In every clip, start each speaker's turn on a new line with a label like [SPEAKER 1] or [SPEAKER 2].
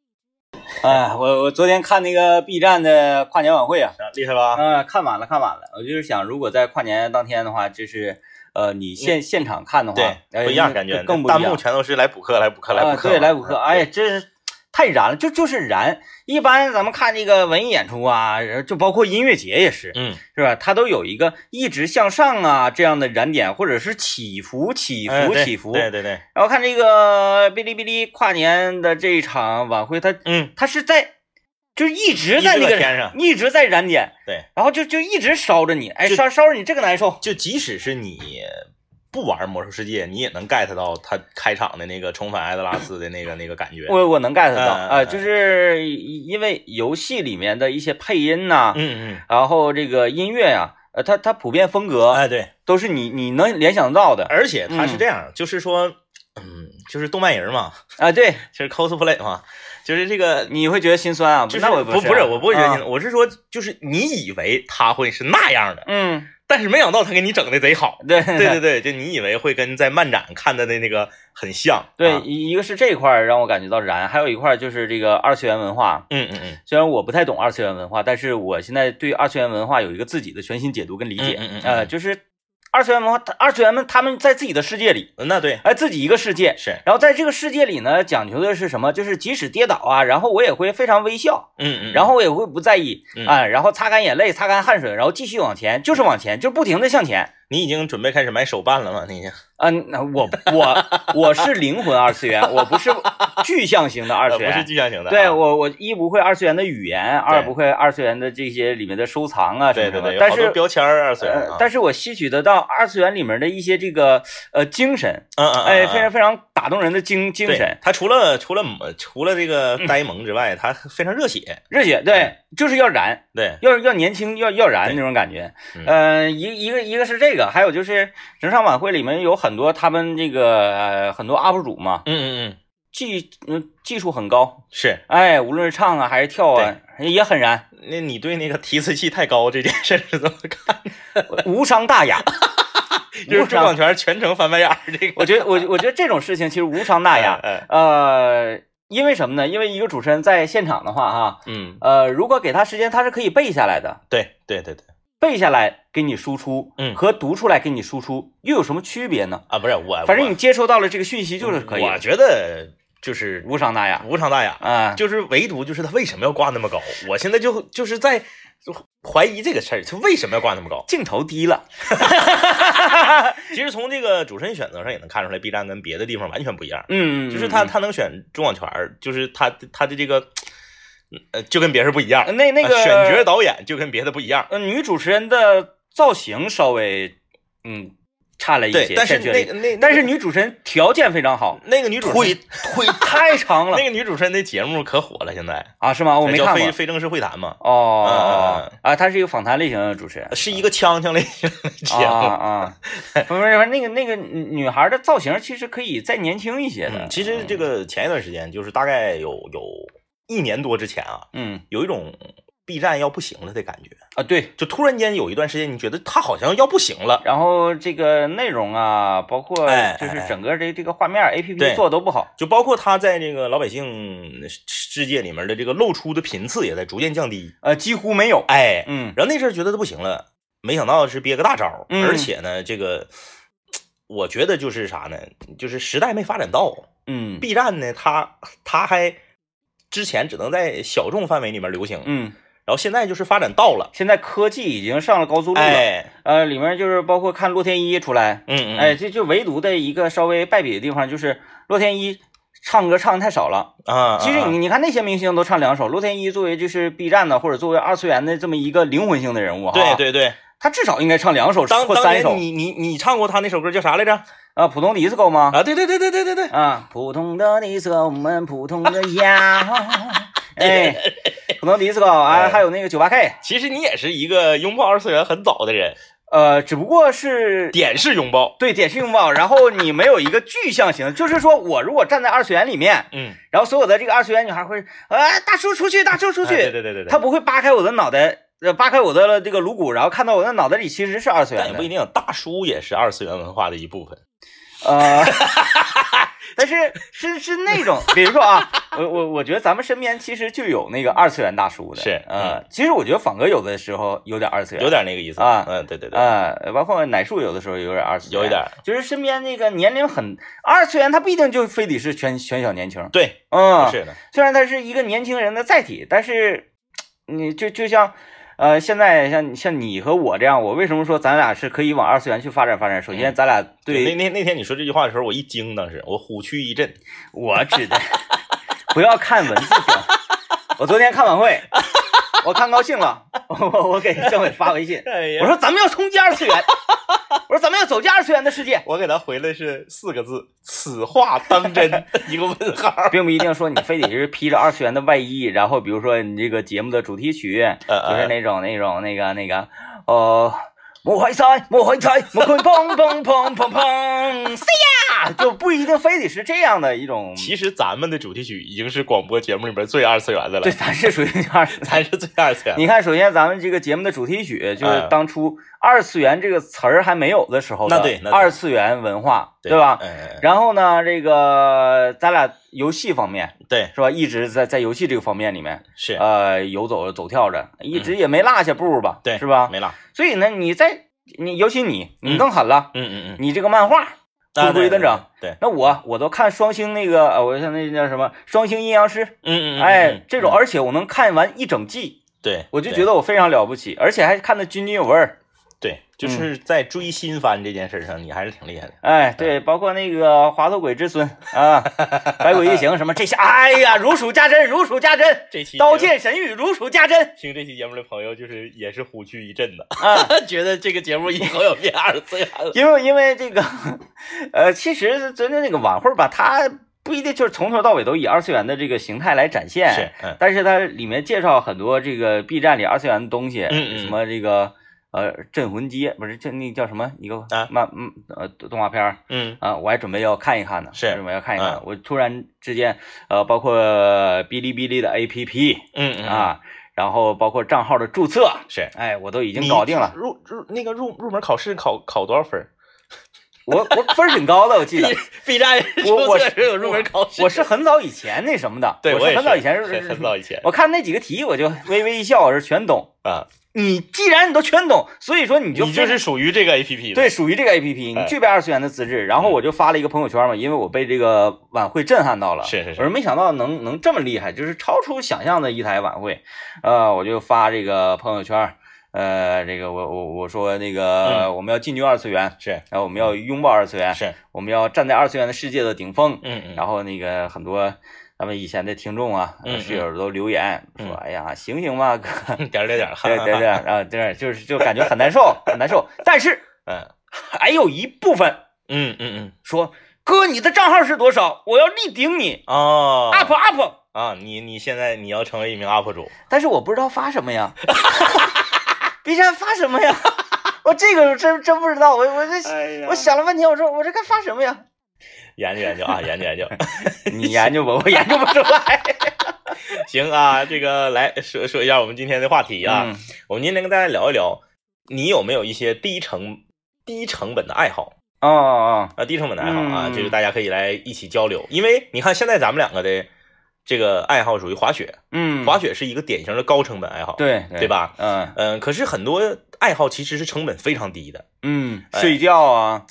[SPEAKER 1] 哎，我我昨天看那个 B 站的跨年晚会啊，
[SPEAKER 2] 厉害吧？
[SPEAKER 1] 啊、看晚了，看晚了。我就是想，如果在跨年当天的话，就是呃，你现现场看的话，
[SPEAKER 2] 嗯对，
[SPEAKER 1] 哎
[SPEAKER 2] 不一样感觉，
[SPEAKER 1] 更不一
[SPEAKER 2] 弹
[SPEAKER 1] 样。
[SPEAKER 2] 幕全都是来补课，来补课，来
[SPEAKER 1] 啊
[SPEAKER 2] 补课，
[SPEAKER 1] 对，来补课。哎呀，这是太燃了，就就是燃。一般咱们看这个文艺演出啊，然后就包括音乐节也是，
[SPEAKER 2] 嗯，
[SPEAKER 1] 是吧？它都有一个一直向上啊这样的燃点，或者是起伏、起
[SPEAKER 2] 哎
[SPEAKER 1] 伏、
[SPEAKER 2] 对
[SPEAKER 1] 起伏。
[SPEAKER 2] 对对对，
[SPEAKER 1] 然后看这个哔哩哔哩跨年的这一场晚会，它
[SPEAKER 2] 嗯，
[SPEAKER 1] 它是在就一直在
[SPEAKER 2] 一直
[SPEAKER 1] 那
[SPEAKER 2] 在
[SPEAKER 1] 个
[SPEAKER 2] 天上
[SPEAKER 1] 一直在燃点，
[SPEAKER 2] 对，
[SPEAKER 1] 然后就就一直烧着你，哎，
[SPEAKER 2] 就
[SPEAKER 1] 烧烧着你这个难受。
[SPEAKER 2] 就即使是你不玩魔兽世界，你也能 get 到他开场的那个重返艾泽拉斯的那个那个感觉。
[SPEAKER 1] 我我能 get 到啊、
[SPEAKER 2] 嗯嗯嗯
[SPEAKER 1] 就是因为游戏里面的一些配音呐、
[SPEAKER 2] 嗯
[SPEAKER 1] 然后这个音乐呀、呃，它它普遍风
[SPEAKER 2] 嗯，
[SPEAKER 1] 格
[SPEAKER 2] 哎对，
[SPEAKER 1] 都是你你能联想到的啊、
[SPEAKER 2] 而且他是这样，就是说，嗯，就是动漫人嘛，
[SPEAKER 1] 啊对，
[SPEAKER 2] 就是 cosplay 嘛，就是这个。
[SPEAKER 1] 你会觉得心酸啊？
[SPEAKER 2] 就是
[SPEAKER 1] 那我
[SPEAKER 2] 不
[SPEAKER 1] 不
[SPEAKER 2] 是我不会觉得
[SPEAKER 1] 啊
[SPEAKER 2] 你，我是说，就是你以为他会是那样的，
[SPEAKER 1] 嗯，
[SPEAKER 2] 但是没想到他给你整的贼好。
[SPEAKER 1] 对
[SPEAKER 2] 对对对，就你以为会跟在漫展看的的那个很像。
[SPEAKER 1] 对，
[SPEAKER 2] 啊
[SPEAKER 1] 一一个是这一块儿让我感觉到燃，还有一块儿就是这个二次元文化。
[SPEAKER 2] 嗯嗯嗯，
[SPEAKER 1] 虽然我不太懂二次元文化，但是我现在对二次元文化有一个自己的全新解读跟理解。
[SPEAKER 2] 嗯嗯嗯嗯
[SPEAKER 1] 呃，就是二次元文化，二次元们他们在自己的世界里，
[SPEAKER 2] 嗯那对
[SPEAKER 1] 哎、自己一个世界。
[SPEAKER 2] 是，
[SPEAKER 1] 然后在这个世界里呢，讲求的是什么？就是即使跌倒啊，然后我也会非常微笑，
[SPEAKER 2] 嗯嗯，
[SPEAKER 1] 然后我也会不在意
[SPEAKER 2] 嗯
[SPEAKER 1] 啊、然后擦干眼泪，擦干汗水，然后继续往前，就是往前，就不停的向前。
[SPEAKER 2] 你已经准备开始买手办了吗？你已经
[SPEAKER 1] 嗯，那我我我是灵魂二次元，我不是具象型的二次
[SPEAKER 2] 呃 不是
[SPEAKER 1] 元。
[SPEAKER 2] 具象型的啊，
[SPEAKER 1] 对我，我一不会二次元的语言，二不会二次元的这些里面的收藏啊什么
[SPEAKER 2] 对
[SPEAKER 1] 什
[SPEAKER 2] 对
[SPEAKER 1] 么
[SPEAKER 2] 对，。有
[SPEAKER 1] 但
[SPEAKER 2] 好多
[SPEAKER 1] 是，
[SPEAKER 2] 标签儿二次元
[SPEAKER 1] 呃
[SPEAKER 2] 啊，，
[SPEAKER 1] 但是我吸取得到二次元里面的一些这个呃精神，
[SPEAKER 2] 嗯嗯，嗯
[SPEAKER 1] 哎，
[SPEAKER 2] 嗯
[SPEAKER 1] 非常非常打动人的精精
[SPEAKER 2] 对
[SPEAKER 1] 神。
[SPEAKER 2] 他除了除了除了这个呆萌之外，他非常热血，
[SPEAKER 1] 热血，对，就是要燃，
[SPEAKER 2] 对，
[SPEAKER 1] 要要年轻，要要燃
[SPEAKER 2] 对
[SPEAKER 1] 那种感觉。
[SPEAKER 2] 嗯
[SPEAKER 1] 呃，一一个一个是这个，还有就是整场晚会里面有很多他们这个、呃、很多 UP 主嘛，
[SPEAKER 2] 嗯嗯嗯，
[SPEAKER 1] 技嗯、技术很高，
[SPEAKER 2] 是。
[SPEAKER 1] 哎，无论是唱啊还是跳啊，也很燃，
[SPEAKER 2] 那你对那个提词器太高这件事是怎么看？。
[SPEAKER 1] 无伤大雅
[SPEAKER 2] 就是
[SPEAKER 1] 无
[SPEAKER 2] 朱
[SPEAKER 1] 伤，
[SPEAKER 2] 广权全程翻白眼儿这个，
[SPEAKER 1] 我觉得我我觉得这种事情其实无伤大雅。
[SPEAKER 2] 嗯
[SPEAKER 1] 呃，因为什么呢？因为一个主持人在现场的话哈，
[SPEAKER 2] 嗯，
[SPEAKER 1] 呃，如果给他时间，他是可以背下来的。
[SPEAKER 2] 对对对对
[SPEAKER 1] 背下来给你输出，
[SPEAKER 2] 嗯
[SPEAKER 1] 和读出来给你输出又有什么区别呢？
[SPEAKER 2] 啊，不是我，
[SPEAKER 1] 反正
[SPEAKER 2] 我
[SPEAKER 1] 你接收到了这个讯息就是嗯可以，
[SPEAKER 2] 我觉得就是
[SPEAKER 1] 无伤大雅
[SPEAKER 2] 无伤大雅，
[SPEAKER 1] 啊。
[SPEAKER 2] 就是唯独就是他为什么要挂那么高？我现在就就是在怀疑这个事儿，他为什么要挂那么高？
[SPEAKER 1] 镜头低了，
[SPEAKER 2] 其实从这个主持人选择上也能看出来，B 站跟别的地方完全不一样。
[SPEAKER 1] 嗯，
[SPEAKER 2] 就是他
[SPEAKER 1] 嗯
[SPEAKER 2] 他能选中广权儿，就是他他的这个呃就跟别人不一样。
[SPEAKER 1] 嗯那那个
[SPEAKER 2] 呃选角导演就跟别的不一样。
[SPEAKER 1] 呃女主持人的造型稍微嗯差了一
[SPEAKER 2] 对
[SPEAKER 1] 些，，
[SPEAKER 2] 但是
[SPEAKER 1] 欠缺了
[SPEAKER 2] 那
[SPEAKER 1] 一些
[SPEAKER 2] 个那
[SPEAKER 1] 但是女主持人条件非常好，
[SPEAKER 2] 那个女主
[SPEAKER 1] 腿腿太长了
[SPEAKER 2] 那个女主持人的节目可火了，现在
[SPEAKER 1] 啊，是吗？我没
[SPEAKER 2] 叫
[SPEAKER 1] 看过
[SPEAKER 2] 非。非正式会谈嘛，
[SPEAKER 1] 哦哦
[SPEAKER 2] 嗯
[SPEAKER 1] 哦啊，她是一个访谈类型的主持人。
[SPEAKER 2] 是一个锵锵类型的节目。
[SPEAKER 1] 呃啊啊，不是不是，那个那个女孩的造型其实可以再年轻一些的。
[SPEAKER 2] 嗯，其实这
[SPEAKER 1] 个，
[SPEAKER 2] 个前一段时间，就是大概有有一年多之前啊，
[SPEAKER 1] 嗯
[SPEAKER 2] 有一种 B 站要不行了的感觉，
[SPEAKER 1] 啊，对，
[SPEAKER 2] 就突然间有一段时间，你觉得它好像要不行了。
[SPEAKER 1] 然后这个内容啊，包括
[SPEAKER 2] 哎
[SPEAKER 1] 就
[SPEAKER 2] 哎
[SPEAKER 1] 是
[SPEAKER 2] 哎
[SPEAKER 1] 整个这这个画面 A P
[SPEAKER 2] 对
[SPEAKER 1] P 做的都不好。
[SPEAKER 2] 就包括他在这个老百姓世界里面的这个露出的频次也在逐渐降低。
[SPEAKER 1] 呃，几乎没有。
[SPEAKER 2] 哎，
[SPEAKER 1] 嗯
[SPEAKER 2] 然后那阵儿觉得他不行了，没想到是憋个大招儿，
[SPEAKER 1] 嗯
[SPEAKER 2] 而且呢，这个我觉得就是啥呢，就是时代没发展到
[SPEAKER 1] 嗯
[SPEAKER 2] B 站呢，它它还之前只能在小众范围里面流行，
[SPEAKER 1] 嗯，
[SPEAKER 2] 然后现在就是发展到了，
[SPEAKER 1] 现在科技已经上了高速路了。
[SPEAKER 2] 哎，
[SPEAKER 1] 呃，里面就是包括看洛天依出来，
[SPEAKER 2] 嗯嗯，
[SPEAKER 1] 哎，这就唯独的一个稍微败笔的地方就是洛天依唱歌唱得太少了。
[SPEAKER 2] 啊，
[SPEAKER 1] 其实
[SPEAKER 2] 啊
[SPEAKER 1] 你你看那些明星都唱两首，洛天依作为就是 B 站的或者作为二次元的这么一个灵魂性的人物哈，
[SPEAKER 2] 对，对对，
[SPEAKER 1] 他至少应该唱两首
[SPEAKER 2] 当
[SPEAKER 1] 或
[SPEAKER 2] 当
[SPEAKER 1] 三
[SPEAKER 2] 年
[SPEAKER 1] 首
[SPEAKER 2] 你你你唱过他那首歌叫啥来着？
[SPEAKER 1] 啊，普通迪斯科吗？
[SPEAKER 2] 啊，对对对对对对对，
[SPEAKER 1] 啊，普通的迪斯科，我们普通的呀， 哎，普通迪斯科啊，
[SPEAKER 2] 哎
[SPEAKER 1] 还有那个九八 K，
[SPEAKER 2] 其实你也是一个拥抱二次元很早的人，
[SPEAKER 1] 呃，只不过是
[SPEAKER 2] 点式拥抱，
[SPEAKER 1] 对点是拥抱，然后你没有一个具象型，就是说我如果站在二次元里面，
[SPEAKER 2] 嗯，
[SPEAKER 1] 然后所有的这个二次元女孩会，啊，大叔出去，大叔出
[SPEAKER 2] 哎对
[SPEAKER 1] 去，
[SPEAKER 2] 对对对对，
[SPEAKER 1] 她不会扒开我的脑袋，呃，扒开我的这个颅骨，然后看到我的脑袋里其实是二次
[SPEAKER 2] 但
[SPEAKER 1] 元
[SPEAKER 2] 也不一
[SPEAKER 1] 的，
[SPEAKER 2] 定，大叔也是二次元文化的一部分。
[SPEAKER 1] 呃， 但是是是那 种，比如说啊，我我我觉得咱们身边其实就有那个二次元大叔的，
[SPEAKER 2] 是嗯
[SPEAKER 1] 呃，其实我觉得仿哥有的时候有点二次元，
[SPEAKER 2] 有点那个意思
[SPEAKER 1] 啊
[SPEAKER 2] 嗯，对对对，
[SPEAKER 1] 呃，包括奶树有的时候有点二次元，
[SPEAKER 2] 有一点儿，
[SPEAKER 1] 就是身边那个年龄很二次元，他不一定就非得是全全小年轻，
[SPEAKER 2] 对，
[SPEAKER 1] 嗯，
[SPEAKER 2] 是的，
[SPEAKER 1] 虽然他是一个年轻人的载体，但是你就就像。呃，现在像像你和我这样，我为什么说咱俩是可以往二次元去发展发展？首先，咱俩对
[SPEAKER 2] 那那那天你说这句话的时候，我一惊，当时我虎躯一震。
[SPEAKER 1] 我指的 不要看文字表。我昨天看晚会，我看高兴了，我我我给政委发微信，
[SPEAKER 2] 哎
[SPEAKER 1] 我，说咱们要冲击二次元， 我说咱们要走进二次元的世界，
[SPEAKER 2] 我给他回的是四个字：此话当 真。一个问号。
[SPEAKER 1] 并不一定说你非得是披着二次元的外衣，然后比如说你这个节目的主题曲
[SPEAKER 2] 呃
[SPEAKER 1] 就
[SPEAKER 2] 呃
[SPEAKER 1] 是，那种那种那个那个哦。莫怀猜，莫怀猜，莫困砰砰砰砰砰，是呀，就不一定非得是这样的一种，
[SPEAKER 2] 其实咱们的主题曲已经是广播节目里边最二次元的了
[SPEAKER 1] 对，，咱是属于二次元
[SPEAKER 2] 咱是最二次元的。
[SPEAKER 1] 你看，首先咱们这个节目的主题曲就是
[SPEAKER 2] 嗯
[SPEAKER 1] 当初“二次元”这个词儿还没有的时候的
[SPEAKER 2] 那对那对
[SPEAKER 1] 二次元文化，对吧？
[SPEAKER 2] 嗯嗯，嗯
[SPEAKER 1] 然后呢，这个咱俩游戏方面
[SPEAKER 2] 对，
[SPEAKER 1] 是吧，一直在在游戏这个方面里面，
[SPEAKER 2] 是，
[SPEAKER 1] 呃，游走着走跳着，一直也没落下步吧，
[SPEAKER 2] 嗯对，
[SPEAKER 1] 是吧？
[SPEAKER 2] 没了。
[SPEAKER 1] 所以呢，你在你尤其你，你
[SPEAKER 2] 嗯
[SPEAKER 1] 更狠了，
[SPEAKER 2] 嗯嗯嗯，
[SPEAKER 1] 你这个漫画
[SPEAKER 2] 啊
[SPEAKER 1] 回归的整。，
[SPEAKER 2] 对对，对
[SPEAKER 1] 那我我都看双星那个，呃我像那叫什么双星阴阳师，
[SPEAKER 2] 嗯嗯嗯，
[SPEAKER 1] 哎
[SPEAKER 2] 嗯，
[SPEAKER 1] 这种，
[SPEAKER 2] 嗯
[SPEAKER 1] 而且我能看完一整季，
[SPEAKER 2] 对，
[SPEAKER 1] 我就
[SPEAKER 2] 对
[SPEAKER 1] 觉得我嗯非常了不起，而且还看得津津有味儿。
[SPEAKER 2] 对，就是在追新番这件事上，你还是挺厉害的。
[SPEAKER 1] 哎，对，包括那个《滑头鬼之孙》啊，《百鬼夜行》什么这些，哎呀，如数家珍，如数家 珍，
[SPEAKER 2] 这期
[SPEAKER 1] 《刀剑神域》如数家珍
[SPEAKER 2] 听这期节目的朋友，就是也是虎躯一 震的，
[SPEAKER 1] 啊。
[SPEAKER 2] 觉得这个节目以后要变二次元 了。
[SPEAKER 1] 因为因为这个，呃，其实真的那个晚会吧，它不一定就是从头到尾都以二次元的这个形态来展现，
[SPEAKER 2] 是，嗯，
[SPEAKER 1] 但是它里面介绍很多这个 B 站里二次元的东西，
[SPEAKER 2] 嗯嗯
[SPEAKER 1] 什么这个呃镇魂街不是这那叫什么一个
[SPEAKER 2] 啊
[SPEAKER 1] 漫嗯呃动画片儿，
[SPEAKER 2] 嗯
[SPEAKER 1] 啊，我还准备要看一看呢，
[SPEAKER 2] 是
[SPEAKER 1] 我准备要看一看。
[SPEAKER 2] 嗯
[SPEAKER 1] 我突然之间，呃，包括哔哩哔哩的 APP
[SPEAKER 2] 嗯嗯，
[SPEAKER 1] 啊，然后包括账号的注册，
[SPEAKER 2] 是
[SPEAKER 1] 哎，我都已经搞定了。
[SPEAKER 2] 入入那个入入门考试考考多少分
[SPEAKER 1] 我我分儿挺高的，我 记得
[SPEAKER 2] ？B 站
[SPEAKER 1] 我我
[SPEAKER 2] 注册时有考
[SPEAKER 1] 我是很早以前那什么的，
[SPEAKER 2] 对
[SPEAKER 1] 我
[SPEAKER 2] 也
[SPEAKER 1] 很早以前
[SPEAKER 2] 是很早以前
[SPEAKER 1] 我看那几个题，我就微微一笑，我是全懂。
[SPEAKER 2] 啊，
[SPEAKER 1] 你既然你都全懂，所以说你
[SPEAKER 2] 你
[SPEAKER 1] 就
[SPEAKER 2] 就
[SPEAKER 1] 非
[SPEAKER 2] 是属于这个 A P P 的，
[SPEAKER 1] 对，属于这个 A P P，你
[SPEAKER 2] 哎嗯
[SPEAKER 1] 具备二次元的资质。然后我就发了一个朋友圈嘛，因为我被这个晚会震撼到了，
[SPEAKER 2] 是是是
[SPEAKER 1] 我说没想到能能这么厉害，就是超出想象的一台晚会。呃，我就发这个朋友圈，呃，这个我我我说那个我们要进军二次元，
[SPEAKER 2] 是啊
[SPEAKER 1] 然后我们要拥抱二次元，
[SPEAKER 2] 嗯是，
[SPEAKER 1] 我们要站在二次元的世界的顶峰。
[SPEAKER 2] 嗯嗯，
[SPEAKER 1] 然后那个很多。咱们以前的听众啊，
[SPEAKER 2] 嗯嗯
[SPEAKER 1] 室友都留言
[SPEAKER 2] 嗯
[SPEAKER 1] 说：“哎呀，行行吧，哥，
[SPEAKER 2] 后点儿点儿点儿，哈
[SPEAKER 1] 对
[SPEAKER 2] 哈
[SPEAKER 1] 对
[SPEAKER 2] 哈
[SPEAKER 1] 对，啊，对，就是就感觉很难受，很难受。但是
[SPEAKER 2] 嗯
[SPEAKER 1] 还有一部分
[SPEAKER 2] 嗯嗯嗯，
[SPEAKER 1] 说：“哥，你的账号是多少？我要力顶你、
[SPEAKER 2] 哦
[SPEAKER 1] up up。
[SPEAKER 2] 啊，你你现在你要成为一名 UP 主，”
[SPEAKER 1] 但是我不知道发什么呀，B 站发什么呀？我这个真真不知道，我我这
[SPEAKER 2] 哎呀
[SPEAKER 1] 我想了半天，我说我这该发什么呀？
[SPEAKER 2] 研究研究啊，研究研 究。
[SPEAKER 1] 你研究吧，我研究不出来。
[SPEAKER 2] 行啊，这个来说说一下我们今天的话题啊。
[SPEAKER 1] 嗯
[SPEAKER 2] 我们今天跟大家聊一聊，你有没有一些低成低成本的爱好
[SPEAKER 1] 哦哦，
[SPEAKER 2] 啊？低成本的爱好啊，
[SPEAKER 1] 嗯
[SPEAKER 2] 就是大家可以来一起交流。因为你看现在咱们两个的这个爱好属于滑雪，
[SPEAKER 1] 嗯，
[SPEAKER 2] 滑雪是一个典型的高成本爱好，
[SPEAKER 1] 对
[SPEAKER 2] 对？吧？
[SPEAKER 1] 嗯
[SPEAKER 2] 嗯，可是很多爱好其实是成本非常低的。
[SPEAKER 1] 嗯，
[SPEAKER 2] 哎
[SPEAKER 1] 睡觉啊，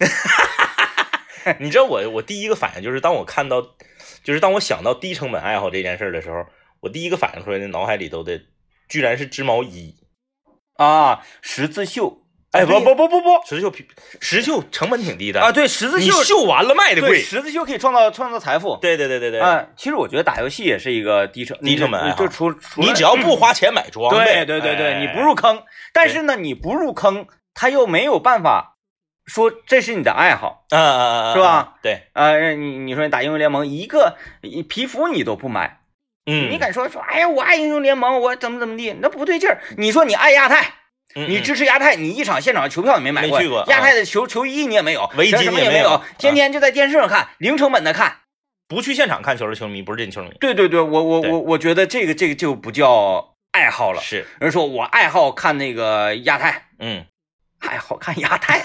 [SPEAKER 2] 你知道我我第一个反应就是，当我看到，就是当我想到低成本爱好这件事儿的时候，我第一个反应出来的脑海里头的，居然是织毛衣。
[SPEAKER 1] 啊，十字绣，哎，
[SPEAKER 2] 对
[SPEAKER 1] 不不不不不
[SPEAKER 2] 石绣石绣成本挺低的
[SPEAKER 1] 啊，，对，十字
[SPEAKER 2] 你
[SPEAKER 1] 绣，
[SPEAKER 2] 绣完了卖的
[SPEAKER 1] 对，
[SPEAKER 2] 贵。
[SPEAKER 1] 十字绣可以创造创造财富。
[SPEAKER 2] 对对对对对，
[SPEAKER 1] 啊，其实我觉得打游戏也是一个低成
[SPEAKER 2] 低成本爱好
[SPEAKER 1] 就除除了
[SPEAKER 2] 你只要不花钱买装
[SPEAKER 1] 对
[SPEAKER 2] 备，
[SPEAKER 1] 对对对，
[SPEAKER 2] 哎
[SPEAKER 1] 你不入坑，但是呢，你不入坑，他又没有办法说这是你的爱好。
[SPEAKER 2] 啊啊啊啊，
[SPEAKER 1] 是吧？
[SPEAKER 2] 对，
[SPEAKER 1] 呃，你你说你打英雄联盟，一个一皮肤你都不买，
[SPEAKER 2] 嗯，
[SPEAKER 1] 你敢说说，哎呀，我爱英雄联盟，我怎么怎么地，那不对劲儿。你说你爱亚太，
[SPEAKER 2] 嗯
[SPEAKER 1] 你
[SPEAKER 2] 嗯
[SPEAKER 1] 支持亚太，你一场现场球票你没买
[SPEAKER 2] 没去过
[SPEAKER 1] 亚
[SPEAKER 2] 啊
[SPEAKER 1] 太的球球衣你也没有，
[SPEAKER 2] 围
[SPEAKER 1] 什么
[SPEAKER 2] 巾
[SPEAKER 1] 什么
[SPEAKER 2] 也
[SPEAKER 1] 也
[SPEAKER 2] 没有
[SPEAKER 1] 有
[SPEAKER 2] 啊，
[SPEAKER 1] 天天就在电视上看，零成本的看。
[SPEAKER 2] 不去现场看球的球迷不是真球迷，
[SPEAKER 1] 对对对，我我
[SPEAKER 2] 对
[SPEAKER 1] 我我觉得这个这个就不叫爱好了，
[SPEAKER 2] 是，
[SPEAKER 1] 而是说我爱好看那个亚太。
[SPEAKER 2] 嗯，
[SPEAKER 1] 爱好 看亚太，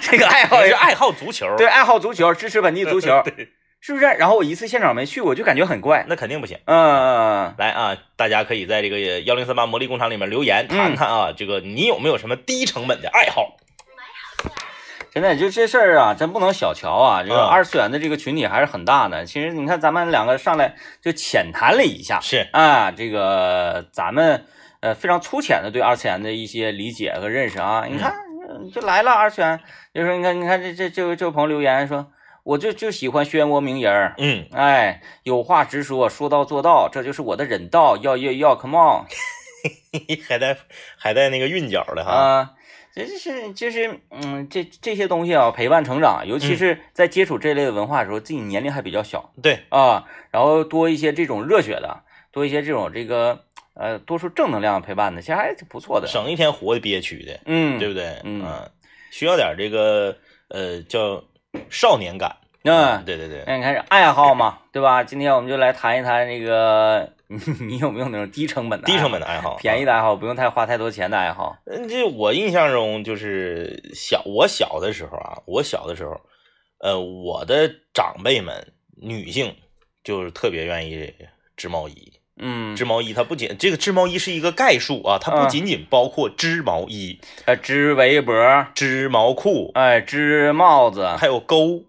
[SPEAKER 1] 这个爱好
[SPEAKER 2] 我
[SPEAKER 1] 也
[SPEAKER 2] 是
[SPEAKER 1] 是爱
[SPEAKER 2] 爱好足球，
[SPEAKER 1] 对爱好足球，支持本地足球
[SPEAKER 2] ，对
[SPEAKER 1] 是不是？然后我一次现场没去，我就感觉很怪。
[SPEAKER 2] 那肯定不行。
[SPEAKER 1] 嗯嗯
[SPEAKER 2] 来啊，大家可以在这个幺零三八魔力工厂里面留言，谈谈啊，这个你有没有什么低成本的爱好？
[SPEAKER 1] 嗯，真的就这事儿啊，真不能小瞧啊！这个
[SPEAKER 2] 嗯
[SPEAKER 1] 二次元的这个群体还是很大的。其实你看咱们两个上来就浅谈了一下，
[SPEAKER 2] 是，
[SPEAKER 1] 啊，这个咱们呃非常粗浅的对二次元的一些理解和认识啊。你看，呃就来了二次元，就说你看，你看这这这位这位朋友留言说，我就就喜欢漩涡鸣人儿，
[SPEAKER 2] 嗯，
[SPEAKER 1] 哎，有话直说，说到做到，这就是我的忍道，要要要，come on
[SPEAKER 2] 还带还带那个韵脚的哈，
[SPEAKER 1] 啊！这就是就是嗯，这这些东西啊，陪伴成长，尤其
[SPEAKER 2] 嗯
[SPEAKER 1] 是在接触这类文化的时候，自己年龄还比较小，
[SPEAKER 2] 对，
[SPEAKER 1] 啊，然后多一些这种热血的，多一些这种这个呃，多出正能量陪伴的，其实还挺不错的。
[SPEAKER 2] 省一天活得憋屈的，
[SPEAKER 1] 嗯，
[SPEAKER 2] 对
[SPEAKER 1] 对，
[SPEAKER 2] 不对？
[SPEAKER 1] 嗯
[SPEAKER 2] 啊，需要点这个呃叫少年感。
[SPEAKER 1] 嗯，
[SPEAKER 2] 对对对，
[SPEAKER 1] 那你看这爱好嘛，对吧？今天我们就来谈一谈这个，你 你有没有那种低成本的、
[SPEAKER 2] 低成
[SPEAKER 1] 本、
[SPEAKER 2] 本的爱好，
[SPEAKER 1] 哎便宜
[SPEAKER 2] 的。
[SPEAKER 1] 的爱好，不用太花太多钱的爱好？
[SPEAKER 2] 嗯，这我印象中就是小我小的时候啊，我小的时候，呃，我的长辈们女性就是特别愿意织毛衣。
[SPEAKER 1] 嗯，
[SPEAKER 2] 织毛衣它不仅这个织毛衣是一个概述啊，它
[SPEAKER 1] 啊
[SPEAKER 2] 不仅仅包括织毛衣、
[SPEAKER 1] 呃，织围脖，
[SPEAKER 2] 织毛裤，
[SPEAKER 1] 哎，织帽子，
[SPEAKER 2] 还有钩。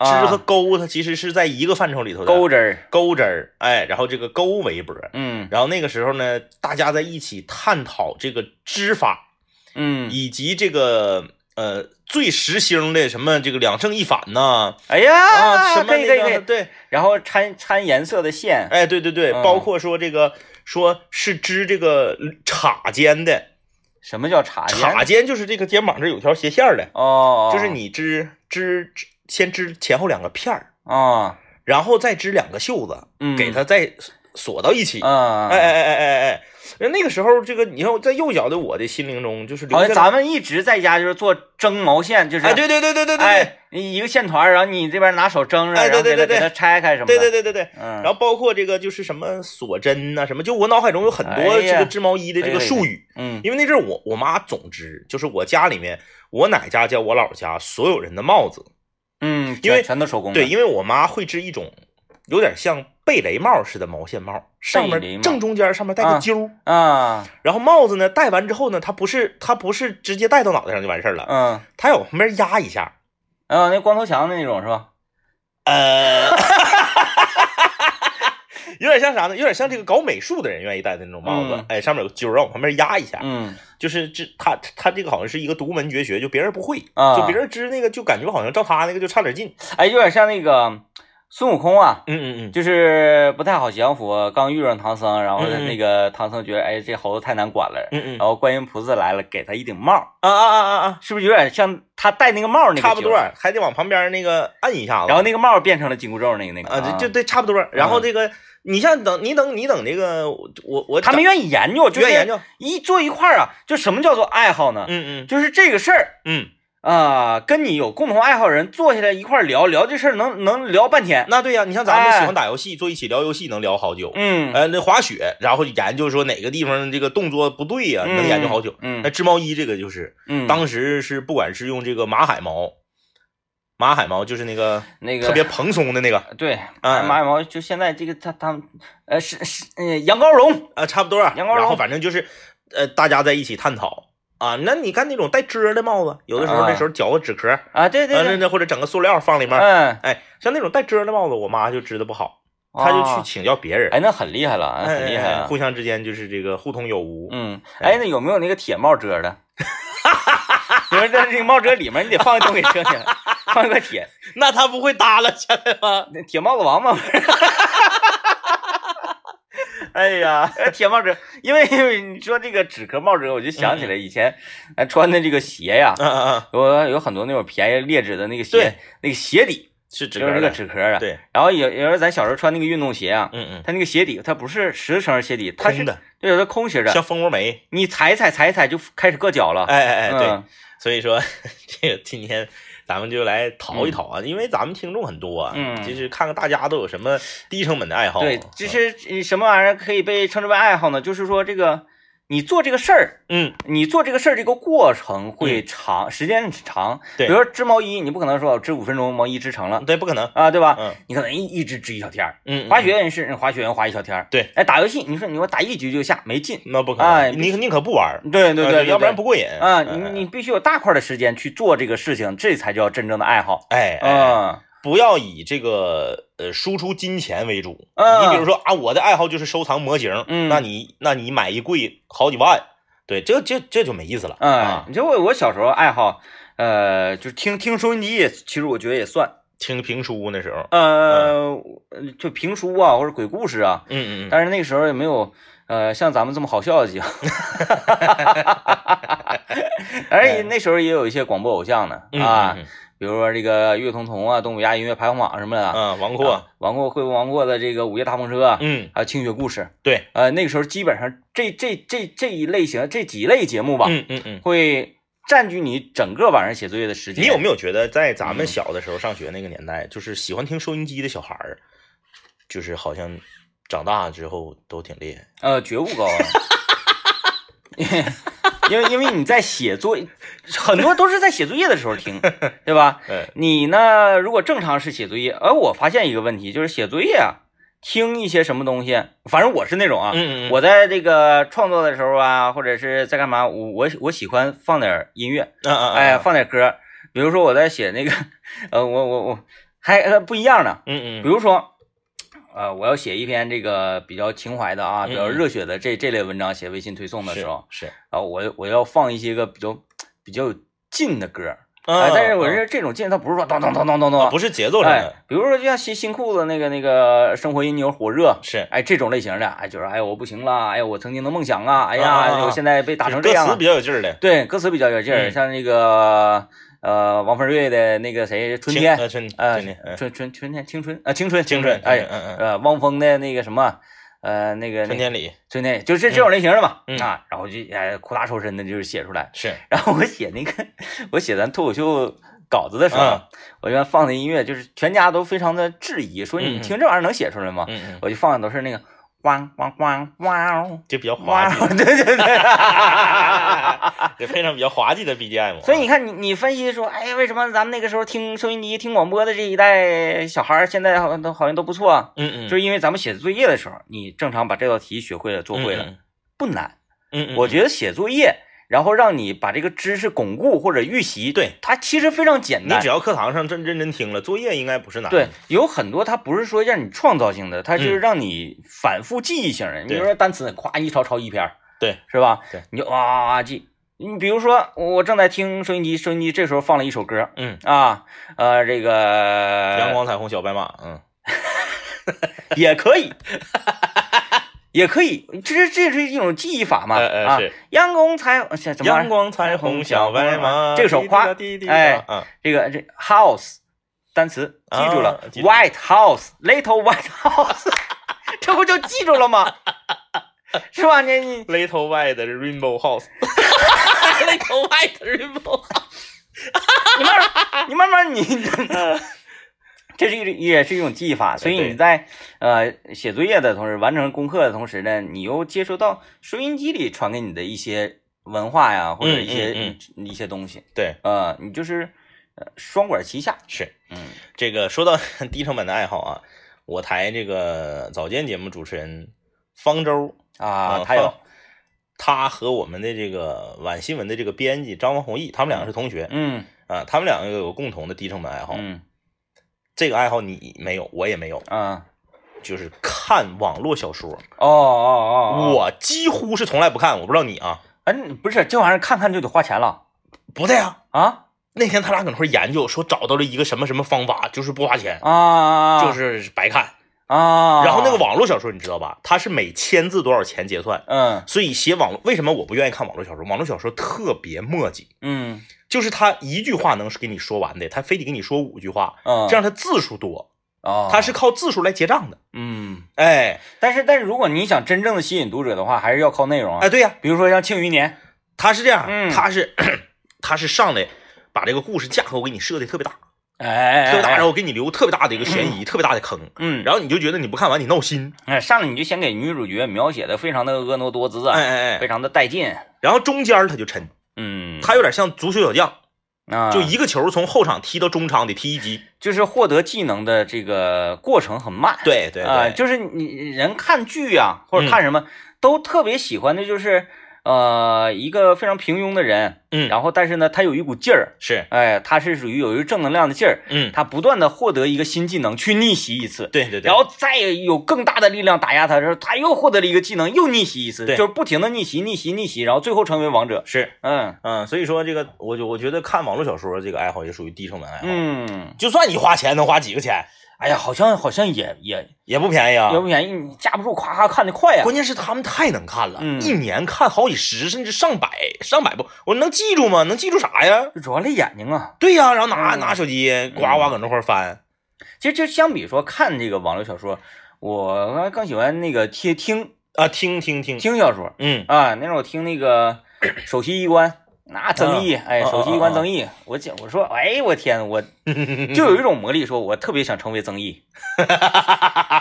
[SPEAKER 2] 织
[SPEAKER 1] 啊
[SPEAKER 2] 和钩它其实是在一个范畴里头的。
[SPEAKER 1] 钩针儿，
[SPEAKER 2] 钩针儿，哎，然后这个钩围脖。
[SPEAKER 1] 嗯
[SPEAKER 2] 然后那个时候呢，大家在一起探讨这个织法，
[SPEAKER 1] 嗯，
[SPEAKER 2] 以及这个呃最时兴的什么这个两正一反呐
[SPEAKER 1] 哎呀，
[SPEAKER 2] 啊什么
[SPEAKER 1] 可以
[SPEAKER 2] 那
[SPEAKER 1] 可以
[SPEAKER 2] 个
[SPEAKER 1] 可以，
[SPEAKER 2] 对，
[SPEAKER 1] 然后掺掺颜色的线，
[SPEAKER 2] 哎对对对，
[SPEAKER 1] 嗯
[SPEAKER 2] 包括说这个说是织这个叉肩的，
[SPEAKER 1] 什么叫插件？
[SPEAKER 2] 叉肩就是这个肩膀这有条斜线儿的，
[SPEAKER 1] 哦，
[SPEAKER 2] 就是你织织织先织前后两个片儿，
[SPEAKER 1] 啊，
[SPEAKER 2] 然后再织两个袖子，
[SPEAKER 1] 嗯，
[SPEAKER 2] 给它再锁到一起。
[SPEAKER 1] 啊，
[SPEAKER 2] 哎哎哎哎哎哎，那个时候这个你看在幼小的我的心灵中就是留
[SPEAKER 1] 好
[SPEAKER 2] 下
[SPEAKER 1] 像
[SPEAKER 2] 了
[SPEAKER 1] 咱们一直在家就是做蒸毛线，就是
[SPEAKER 2] 哎，对对对对对对，
[SPEAKER 1] 哎一个线团儿，然后你这边拿手蒸着，
[SPEAKER 2] 哎
[SPEAKER 1] 然后
[SPEAKER 2] 对
[SPEAKER 1] 给它
[SPEAKER 2] 对
[SPEAKER 1] 给
[SPEAKER 2] 对
[SPEAKER 1] 它拆开什么的，
[SPEAKER 2] 对对对对对。
[SPEAKER 1] 嗯，
[SPEAKER 2] 然后包括这个就是什么锁针呐、什么就我脑海中有很
[SPEAKER 1] 哎
[SPEAKER 2] 多这
[SPEAKER 1] 呀
[SPEAKER 2] 个织毛衣的这
[SPEAKER 1] 哎
[SPEAKER 2] 个
[SPEAKER 1] 呀
[SPEAKER 2] 术语，
[SPEAKER 1] 嗯
[SPEAKER 2] 因为那阵儿我我妈总织，就是我家里面我奶家叫我姥儿家所有人的帽子，
[SPEAKER 1] 嗯，
[SPEAKER 2] 因为
[SPEAKER 1] 全全都手工的
[SPEAKER 2] 对，因为我妈会织一种有点像贝雷帽似的毛线帽，上
[SPEAKER 1] 贝雷
[SPEAKER 2] 面
[SPEAKER 1] 帽
[SPEAKER 2] 正中间上面带
[SPEAKER 1] 啊
[SPEAKER 2] 个揪儿，
[SPEAKER 1] 啊
[SPEAKER 2] 然后帽子呢戴完之后呢，它不是它不是直接戴到脑袋上就完事儿了，
[SPEAKER 1] 嗯
[SPEAKER 2] 它要往旁边压一下，
[SPEAKER 1] 啊那光头强的那种是吧？
[SPEAKER 2] 呃， 有点像啥呢？有点像这个搞美术的人愿意戴的那种帽子，
[SPEAKER 1] 嗯
[SPEAKER 2] 哎，上面有个揪儿，让往旁边压一下，
[SPEAKER 1] 嗯
[SPEAKER 2] 就是这他他这个好像是一个独门绝学，就别人不会，
[SPEAKER 1] 啊，
[SPEAKER 2] 就别人织那个就感觉好像照他那个就差点劲。
[SPEAKER 1] 哎有点像那个孙悟空啊。
[SPEAKER 2] 嗯嗯嗯，
[SPEAKER 1] 就是不太好降服，刚遇上唐僧，然后
[SPEAKER 2] 嗯嗯
[SPEAKER 1] 那个唐僧觉得，哎，这猴子太难管了，
[SPEAKER 2] 嗯嗯
[SPEAKER 1] 然后观音菩萨来了，给他一顶帽，
[SPEAKER 2] 啊啊啊啊啊，
[SPEAKER 1] 是不是有点像他戴那个帽那个
[SPEAKER 2] 差不
[SPEAKER 1] 劲儿
[SPEAKER 2] 多，还得往旁边那个按一下子。
[SPEAKER 1] 然后那个帽儿变成了紧箍咒那个那个
[SPEAKER 2] 啊，这就对，差不多。
[SPEAKER 1] 嗯
[SPEAKER 2] 然后这个，你像等你等你等这个，我我我
[SPEAKER 1] 他们
[SPEAKER 2] 找
[SPEAKER 1] 愿意研究，就是
[SPEAKER 2] 愿意研究。
[SPEAKER 1] 一坐一块儿啊，就什么叫做爱好呢？
[SPEAKER 2] 嗯嗯
[SPEAKER 1] 就是这个事儿
[SPEAKER 2] 嗯，
[SPEAKER 1] 啊、跟你有共同爱好的人坐下来一块儿聊聊这事儿，能能聊半天。
[SPEAKER 2] 那对呀，你像咱们
[SPEAKER 1] 哎
[SPEAKER 2] 喜欢打游戏，坐一起聊游戏能聊好久。
[SPEAKER 1] 嗯，
[SPEAKER 2] 呃，那滑雪，然后研究说哪个地方这个动作不对呀、
[SPEAKER 1] 嗯
[SPEAKER 2] 能研究好久。
[SPEAKER 1] 嗯
[SPEAKER 2] 那织毛衣这个就是，
[SPEAKER 1] 嗯，
[SPEAKER 2] 当时是不管是用这个马海毛，马海毛就是那个
[SPEAKER 1] 那个
[SPEAKER 2] 特别蓬松的那个
[SPEAKER 1] 对，
[SPEAKER 2] 啊
[SPEAKER 1] 马小毛就现在这个他他们呃是是呃羊羔绒，
[SPEAKER 2] 啊，差不多啊。
[SPEAKER 1] 羊羔绒
[SPEAKER 2] 然后反正就是，呃，大家在一起探讨啊。那你看那种带褶儿的帽子，有的时候
[SPEAKER 1] 啊
[SPEAKER 2] 那时候绞个纸壳，啊，
[SPEAKER 1] 啊，对对
[SPEAKER 2] 那
[SPEAKER 1] 对，
[SPEAKER 2] 那或者整个塑料放里面。
[SPEAKER 1] 嗯，
[SPEAKER 2] 哎，像那种带褶儿的帽子，我妈就织的不好，她就去
[SPEAKER 1] 哦，
[SPEAKER 2] 请教别人。
[SPEAKER 1] 哎，那很厉害了，
[SPEAKER 2] 哎，
[SPEAKER 1] 很厉害啊
[SPEAKER 2] 哎
[SPEAKER 1] 了，
[SPEAKER 2] 互相之间就是这个互通有无。
[SPEAKER 1] 嗯，哎，那有没有那个铁帽遮 的？你说这这个帽遮里面，你得放个东西遮起来，放一块铁，
[SPEAKER 2] 那她不会耷拉下来吗？
[SPEAKER 1] 那铁帽子王嘛，
[SPEAKER 2] 哎呀，
[SPEAKER 1] 呃铁帽遮，因为因为你说这个纸壳帽遮，我就想
[SPEAKER 2] 嗯
[SPEAKER 1] 起来以前咱穿的这个鞋呀，
[SPEAKER 2] 啊啊啊！
[SPEAKER 1] 有有很多那种便宜劣质的那个
[SPEAKER 2] 对
[SPEAKER 1] 鞋，那个鞋底
[SPEAKER 2] 是纸
[SPEAKER 1] 就
[SPEAKER 2] 壳
[SPEAKER 1] 是那
[SPEAKER 2] 儿
[SPEAKER 1] 个
[SPEAKER 2] 的，
[SPEAKER 1] 纸壳啊。
[SPEAKER 2] 对，
[SPEAKER 1] 然后有有时候咱小时候穿那个运动鞋啊，
[SPEAKER 2] 嗯嗯，
[SPEAKER 1] 它那个鞋底它不是实层鞋底，它
[SPEAKER 2] 空
[SPEAKER 1] 是啊
[SPEAKER 2] 的，
[SPEAKER 1] 对，有的空心
[SPEAKER 2] 像
[SPEAKER 1] 的，
[SPEAKER 2] 蜂窝煤。
[SPEAKER 1] 你踩一踩踩一踩就开始硌脚了。
[SPEAKER 2] 哎哎哎，对，
[SPEAKER 1] 嗯，
[SPEAKER 2] 所以说这个今天咱们就来淘一淘啊，因为咱们听众很多啊，
[SPEAKER 1] 嗯
[SPEAKER 2] 就是看看大家都有什么低成本的爱好。嗯啊
[SPEAKER 1] 对，就是呃什么玩意儿可以被称之为爱好呢？就是说这个你做这个事儿，
[SPEAKER 2] 嗯，
[SPEAKER 1] 你做这个事儿这个过程会长，时间长。
[SPEAKER 2] 对
[SPEAKER 1] 比如说织毛衣，你不可能说我织五分钟毛衣织成了
[SPEAKER 2] 对，不可能，
[SPEAKER 1] 啊，对吧？
[SPEAKER 2] 嗯
[SPEAKER 1] 你可能一一直织一小天儿。
[SPEAKER 2] 嗯，
[SPEAKER 1] 滑
[SPEAKER 2] 嗯
[SPEAKER 1] 雪也是，人滑雪人滑一小天儿。
[SPEAKER 2] 对，
[SPEAKER 1] 哎，打游戏，你说你说打一局就下没劲。
[SPEAKER 2] 嗯那不可能，
[SPEAKER 1] 哎
[SPEAKER 2] 你宁可不玩儿，
[SPEAKER 1] 对对
[SPEAKER 2] 呃
[SPEAKER 1] 对，
[SPEAKER 2] 要不然
[SPEAKER 1] 对
[SPEAKER 2] 不过瘾
[SPEAKER 1] 啊，
[SPEAKER 2] 嗯嗯
[SPEAKER 1] 你你必须有大块的时间去做这个事情，这才叫真正的爱好。
[SPEAKER 2] 哎哎，
[SPEAKER 1] 嗯
[SPEAKER 2] 不要以这个呃输出金钱为主。
[SPEAKER 1] 嗯
[SPEAKER 2] 你比如说啊，我的爱好就是收藏模型，
[SPEAKER 1] 嗯
[SPEAKER 2] 那你那你买一柜好几万，对，这这这就没意思了
[SPEAKER 1] 嗯
[SPEAKER 2] 啊，。
[SPEAKER 1] 你就我我小时候爱好，呃，就是听听收音机也，其实我觉得也算，
[SPEAKER 2] 听评书那时候，
[SPEAKER 1] 呃，呃就评书啊或者鬼故事啊，
[SPEAKER 2] 嗯嗯嗯嗯，
[SPEAKER 1] 但是那个时候也没有呃像咱们这么好笑的 节目，而且那时候也有一些广播偶像呢
[SPEAKER 2] 嗯
[SPEAKER 1] 啊，
[SPEAKER 2] 嗯
[SPEAKER 1] 比如说这个岳彤彤啊、东北亚音乐排行榜什么的，
[SPEAKER 2] 嗯，王阔，
[SPEAKER 1] 啊王过会不王过的这个午夜大风车啊，
[SPEAKER 2] 嗯，
[SPEAKER 1] 还有清雪故事，
[SPEAKER 2] 对，
[SPEAKER 1] 呃，那个时候基本上这这这这一类型这几类节目吧，
[SPEAKER 2] 嗯嗯嗯。
[SPEAKER 1] 会占据你整个晚上写作业的时间。
[SPEAKER 2] 你有没有觉得，在咱
[SPEAKER 1] 嗯
[SPEAKER 2] 们小的时候上学那个年代，就是喜欢听收音机的小孩儿，就是好像长大之后都挺厉害，
[SPEAKER 1] 呃，觉悟高啊。 因为因为你在写作，很多都是在写作业的时候听，对吧？
[SPEAKER 2] 嗯，
[SPEAKER 1] 你呢，如果正常是写作业，而我发现一个问题，就是写作业啊，听一些什么东西，反正我是那种啊，
[SPEAKER 2] 嗯嗯嗯
[SPEAKER 1] 我在这个创作的时候啊，或者是在干嘛，我我我喜欢放点音乐，
[SPEAKER 2] 啊啊，啊
[SPEAKER 1] 哎，，放点歌，比如说我在写那个， 呃，我我我还呃不一样呢，
[SPEAKER 2] 嗯
[SPEAKER 1] 比
[SPEAKER 2] 嗯
[SPEAKER 1] 如说，呃，我要写一篇这个比较情怀的啊，
[SPEAKER 2] 嗯
[SPEAKER 1] 比较热血的这这类文章，写微信推送
[SPEAKER 2] 嗯，
[SPEAKER 1] 的时候，
[SPEAKER 2] 是，是
[SPEAKER 1] 啊，我我要放一些个比较比较有劲的歌，
[SPEAKER 2] 啊
[SPEAKER 1] 哎，但是我
[SPEAKER 2] 啊
[SPEAKER 1] 是这种劲，它不是说咚咚咚咚咚
[SPEAKER 2] 啊
[SPEAKER 1] 咚，
[SPEAKER 2] 不是节奏上的，
[SPEAKER 1] 哎，比如说就像新新裤子那个那个生活因牛火热。
[SPEAKER 2] 是
[SPEAKER 1] 哎，这种类型的，哎，就是哎，我不行了，哎呀，我曾经的梦想啊，哎呀，
[SPEAKER 2] 啊啊啊
[SPEAKER 1] 我现在被打成这
[SPEAKER 2] 歌
[SPEAKER 1] 样
[SPEAKER 2] 词
[SPEAKER 1] 了
[SPEAKER 2] 比。较有劲儿的。
[SPEAKER 1] 对，歌词比较有劲儿，
[SPEAKER 2] 嗯
[SPEAKER 1] 像那个呃，王菲瑞的那个谁，春
[SPEAKER 2] 青
[SPEAKER 1] 天，
[SPEAKER 2] 呃春
[SPEAKER 1] 呃，
[SPEAKER 2] 春天嗯
[SPEAKER 1] 春春春天，青春啊，青春，
[SPEAKER 2] 青春
[SPEAKER 1] 哎，
[SPEAKER 2] 嗯嗯嗯
[SPEAKER 1] 呃，汪峰的那个什么，呃，那个
[SPEAKER 2] 春，天里
[SPEAKER 1] 那春天，就是这种类型的嘛，
[SPEAKER 2] 嗯
[SPEAKER 1] 啊，然后就哎，苦大仇深的，就是写出来。
[SPEAKER 2] 是
[SPEAKER 1] 然后我写那个， 我写咱脱口秀稿子的时候，
[SPEAKER 2] 嗯
[SPEAKER 1] 我一般放的音乐就是全家都非常的质疑，说
[SPEAKER 2] 嗯
[SPEAKER 1] 你
[SPEAKER 2] 嗯
[SPEAKER 1] 听这玩意儿能写出来吗？
[SPEAKER 2] 嗯嗯，
[SPEAKER 1] 我就放的都是那个汪汪汪汪
[SPEAKER 2] 就比较滑
[SPEAKER 1] 汪，
[SPEAKER 2] 稽，
[SPEAKER 1] 对哦对对。
[SPEAKER 2] 就配上比较滑稽的 BGM 啊。
[SPEAKER 1] 所以你看你，你分析说，哎，为什么咱们那个时候听收音机、听广播的这一代小孩儿，现在好像都好像都不错啊？
[SPEAKER 2] 嗯嗯，
[SPEAKER 1] 就是因为咱们写作业的时候，你正常把这道题学会了、做会了，
[SPEAKER 2] 嗯
[SPEAKER 1] 不难。
[SPEAKER 2] 嗯，嗯
[SPEAKER 1] 我觉得写作业，然后让你把这个知识巩固或者预习，
[SPEAKER 2] 对
[SPEAKER 1] 它其实非常简
[SPEAKER 2] 你
[SPEAKER 1] 单
[SPEAKER 2] 只。要课堂上认认真听了，作业应该不是难。
[SPEAKER 1] 对，，有很多它不是说让你创造性的，它就是
[SPEAKER 2] 嗯
[SPEAKER 1] 让你反复记忆型的。你比如
[SPEAKER 2] 对
[SPEAKER 1] 说单词，咵一抄抄一篇儿，
[SPEAKER 2] 对，
[SPEAKER 1] 是吧？
[SPEAKER 2] 对，
[SPEAKER 1] 你就哇哇哇记。你比如说，我正在听收音机，收音机这时候放了一首歌
[SPEAKER 2] 嗯，
[SPEAKER 1] 啊，呃，这个
[SPEAKER 2] 呃阳光彩虹小白马，嗯，
[SPEAKER 1] 也可以，也可以，这这是一种记忆法嘛？
[SPEAKER 2] 呃呃
[SPEAKER 1] 啊，
[SPEAKER 2] 是
[SPEAKER 1] 阳光彩是什么玩
[SPEAKER 2] 阳
[SPEAKER 1] 意儿？
[SPEAKER 2] 光彩虹小白马，
[SPEAKER 1] 这个手夸
[SPEAKER 2] 滴滴答滴滴答
[SPEAKER 1] 哎
[SPEAKER 2] 嗯，
[SPEAKER 1] 这个这 house 单词记住了、
[SPEAKER 2] 啊记住
[SPEAKER 1] w h i t e House Little White House，这 不就记住了吗？是吧？你你
[SPEAKER 2] Little White Rainbow House，
[SPEAKER 1] Little White Rainbow，你慢慢你慢慢你， 这是一种也是一种记忆法，所以
[SPEAKER 2] 对
[SPEAKER 1] 你在呃写作业的同时，完成功课的同时呢，你又接收到收音机里传给你的一些文化呀，或者一些、
[SPEAKER 2] 嗯
[SPEAKER 1] 一些东西。
[SPEAKER 2] 对，
[SPEAKER 1] 呃，你就是呃双管齐下。
[SPEAKER 2] 是
[SPEAKER 1] 嗯
[SPEAKER 2] 这个说到 低成本的爱好啊，我台这个早间节目主持人方舟
[SPEAKER 1] 啊，
[SPEAKER 2] 他
[SPEAKER 1] 还有
[SPEAKER 2] 他和我们的这个晚新闻的这个编辑张王弘毅，他们两个是同学
[SPEAKER 1] 嗯
[SPEAKER 2] 啊，他们两个有共同的低成本爱好。
[SPEAKER 1] 嗯
[SPEAKER 2] 这个爱好你没有，我也没有，
[SPEAKER 1] 啊
[SPEAKER 2] 就是看网络小说。
[SPEAKER 1] 哦哦哦，哦
[SPEAKER 2] 我几乎是从来不看，我不知道你啊，
[SPEAKER 1] 嗯不是这玩意儿看看就得花钱了
[SPEAKER 2] 不对啊。
[SPEAKER 1] 啊
[SPEAKER 2] 那天他俩搁那块儿研究，说找到了一个什么什么方法，就是不花钱，
[SPEAKER 1] 啊，
[SPEAKER 2] 就是白看。
[SPEAKER 1] 啊，
[SPEAKER 2] 然后那个网络小说你知道吧？它是每千字多少钱结算，
[SPEAKER 1] 嗯
[SPEAKER 2] 所以写网络为什么我不愿意看网络小说？网络小说特别墨迹，
[SPEAKER 1] 嗯
[SPEAKER 2] 就是他一句话能给你说完的，他非得给你说五句话，
[SPEAKER 1] 嗯，
[SPEAKER 2] 这样他字数多，
[SPEAKER 1] 哦，
[SPEAKER 2] 他是靠字数来结账的。
[SPEAKER 1] 嗯，
[SPEAKER 2] 哎
[SPEAKER 1] 但是但是如果你想真正的吸引读者的话，还是要靠内容啊
[SPEAKER 2] 哎，，对呀，
[SPEAKER 1] 比如说像《庆余年
[SPEAKER 2] 他是这样，
[SPEAKER 1] 嗯
[SPEAKER 2] 他是他是上来把这个故事架构给你设的特别大，
[SPEAKER 1] 哎，
[SPEAKER 2] 特别大，然
[SPEAKER 1] 后
[SPEAKER 2] 后给你留特别大的一个悬疑，特别大的坑，
[SPEAKER 1] 嗯，
[SPEAKER 2] 然后你就觉得你不看完你闹心，
[SPEAKER 1] 哎，上来你就先给女主角描写的非常的婀娜多姿
[SPEAKER 2] 哎
[SPEAKER 1] 啊，
[SPEAKER 2] 哎
[SPEAKER 1] 非
[SPEAKER 2] 哎，
[SPEAKER 1] 常的带劲，
[SPEAKER 2] 然后中间他就抻，
[SPEAKER 1] 嗯，
[SPEAKER 2] 他有点像足球小将，
[SPEAKER 1] 啊，
[SPEAKER 2] 就一个球从后场踢到中场得踢一级，
[SPEAKER 1] 就是获得技能的这个过程很慢，
[SPEAKER 2] 对对
[SPEAKER 1] 啊、
[SPEAKER 2] 对，
[SPEAKER 1] 就是你人看剧啊，或者
[SPEAKER 2] 嗯
[SPEAKER 1] 看什么，都特别喜欢的就是呃一个非常平庸的人，
[SPEAKER 2] 嗯
[SPEAKER 1] 然后但是呢，他有一股劲儿，
[SPEAKER 2] 是，
[SPEAKER 1] 哎，他是属于有一个正能量的劲儿，
[SPEAKER 2] 嗯，
[SPEAKER 1] 他不断的获得一个新技能去逆袭一次。
[SPEAKER 2] 对对对，
[SPEAKER 1] 然后再有更大的力量打压他的时候，他又获得了一个技能，又逆袭一次，
[SPEAKER 2] 对
[SPEAKER 1] 就是不停的逆袭、逆袭、逆袭，然后最后成为王者。
[SPEAKER 2] 是，
[SPEAKER 1] 嗯
[SPEAKER 2] 嗯，所以说这个，我就我觉得看网络小说这个爱好也属于低成本爱好，
[SPEAKER 1] 嗯，
[SPEAKER 2] 就算你花钱能花几个钱，
[SPEAKER 1] 哎呀，好像好像也也
[SPEAKER 2] 也不便宜啊
[SPEAKER 1] 也。不便宜，你架不住夸夸看的快呀、
[SPEAKER 2] 关键是他们太能看了，
[SPEAKER 1] 嗯
[SPEAKER 2] 一年看好几十甚至上百、上百部，我能记住吗？能记住啥呀？
[SPEAKER 1] 主要累眼睛啊。
[SPEAKER 2] 对呀、然后拿、
[SPEAKER 1] 嗯
[SPEAKER 2] 拿手机呱呱搁那块儿翻，
[SPEAKER 1] 其实就相比说看这个网络小说，我更喜欢那个听听
[SPEAKER 2] 啊，听听听，
[SPEAKER 1] 听小说
[SPEAKER 2] 嗯，
[SPEAKER 1] 啊。那时候我听那个首席医官那曾毅，哎，
[SPEAKER 2] 啊啊
[SPEAKER 1] 首席医官曾毅，我讲我说，哎，我天，我就有一种魔力，说我特别想成为曾毅，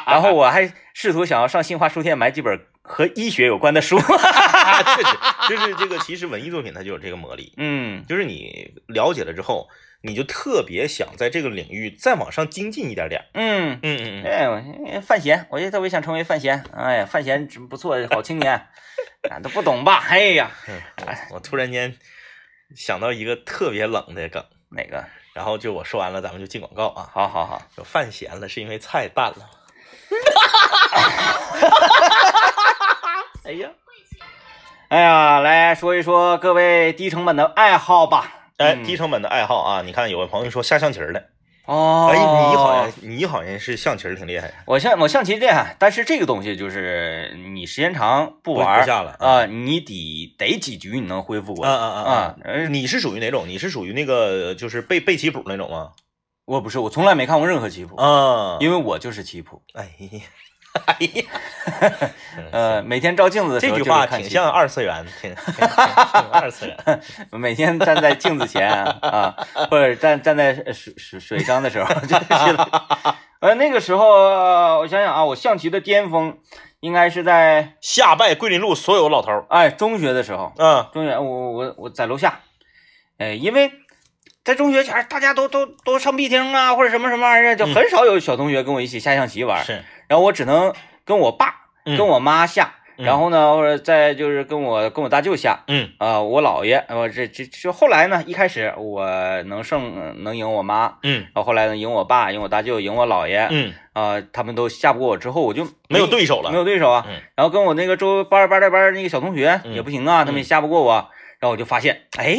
[SPEAKER 1] 然后我还试图想要上新华书店买几本和医学有关的书。
[SPEAKER 2] 啊确实，就是这个，其实文艺作品它就有这个魔力，
[SPEAKER 1] 嗯
[SPEAKER 2] 就是你了解了之后，你就特别想在这个领域再往上精进一点点儿。
[SPEAKER 1] 嗯。
[SPEAKER 2] 嗯嗯嗯，
[SPEAKER 1] 哎，我范闲，我就特别想成为范闲。哎呀，范闲真不错，好青 年，俺都不懂吧？哎呀，
[SPEAKER 2] 嗯 我突然间想到一个特别冷的梗，
[SPEAKER 1] 哪个？
[SPEAKER 2] 然后就我说完了，咱们就进广告啊。
[SPEAKER 1] 好好好。
[SPEAKER 2] 有饭咸了，是因为菜淡了。哎呀，
[SPEAKER 1] 哎呀，来说一说各位低成本的爱好吧。
[SPEAKER 2] 哎，
[SPEAKER 1] 嗯
[SPEAKER 2] 低成本的爱好啊！你看，有位朋友说下象棋儿的，
[SPEAKER 1] 哦，啊
[SPEAKER 2] 哎，你好像你好像是象棋儿挺厉害的，
[SPEAKER 1] 我象我象棋厉害，但是这个东西就是你时间长不
[SPEAKER 2] 不
[SPEAKER 1] 玩
[SPEAKER 2] 不
[SPEAKER 1] 儿啊、
[SPEAKER 2] 下了啊
[SPEAKER 1] 你得得几局你能恢复过
[SPEAKER 2] 啊
[SPEAKER 1] 来。
[SPEAKER 2] 啊
[SPEAKER 1] 啊
[SPEAKER 2] 啊！而你是属于哪种？你是属于那个就是背背棋谱那种吗？
[SPEAKER 1] 我不是，我从来没看过任何棋谱，
[SPEAKER 2] 啊
[SPEAKER 1] 因为我就是棋谱。
[SPEAKER 2] 哎呀，哎呀，
[SPEAKER 1] 呃，每天照镜子的时
[SPEAKER 2] 这
[SPEAKER 1] 候
[SPEAKER 2] 句
[SPEAKER 1] 就
[SPEAKER 2] 话
[SPEAKER 1] 是看
[SPEAKER 2] 挺
[SPEAKER 1] 棋
[SPEAKER 2] 像二次元，挺挺挺像二次元。
[SPEAKER 1] 每天站在镜子前啊，啊或者站站在水水水上的时候， 就是的。呃，那个时候、呃我想想啊，我象棋的巅峰应该是在
[SPEAKER 2] 下拜桂林路所有老头儿，
[SPEAKER 1] 哎中学的时候。
[SPEAKER 2] 嗯
[SPEAKER 1] 中学，我我我我在楼下，哎，因为在中学前大家都都都上 B 厅啊，或者什么什么玩意儿，就很少有小同学跟我一起下象棋玩儿。
[SPEAKER 2] 嗯是
[SPEAKER 1] 然后我只能跟我爸、
[SPEAKER 2] 嗯
[SPEAKER 1] 跟我妈下，
[SPEAKER 2] 嗯
[SPEAKER 1] 然后呢，或者再就是跟我跟我大舅下。
[SPEAKER 2] 嗯
[SPEAKER 1] 啊、我姥爷，我、这这就后来呢，一开始我能胜能赢我妈，
[SPEAKER 2] 嗯
[SPEAKER 1] 然后后来呢赢我爸，赢我大舅，赢我姥爷，啊、
[SPEAKER 2] 嗯，
[SPEAKER 1] 他们都下不过我之后，我就
[SPEAKER 2] 没有对手了
[SPEAKER 1] 没。有对手啊。
[SPEAKER 2] 嗯
[SPEAKER 1] 然后跟我那个周班儿班儿带班儿那个小同学
[SPEAKER 2] 嗯
[SPEAKER 1] 也不行啊，他们也下不过我。然后我就发现，哎，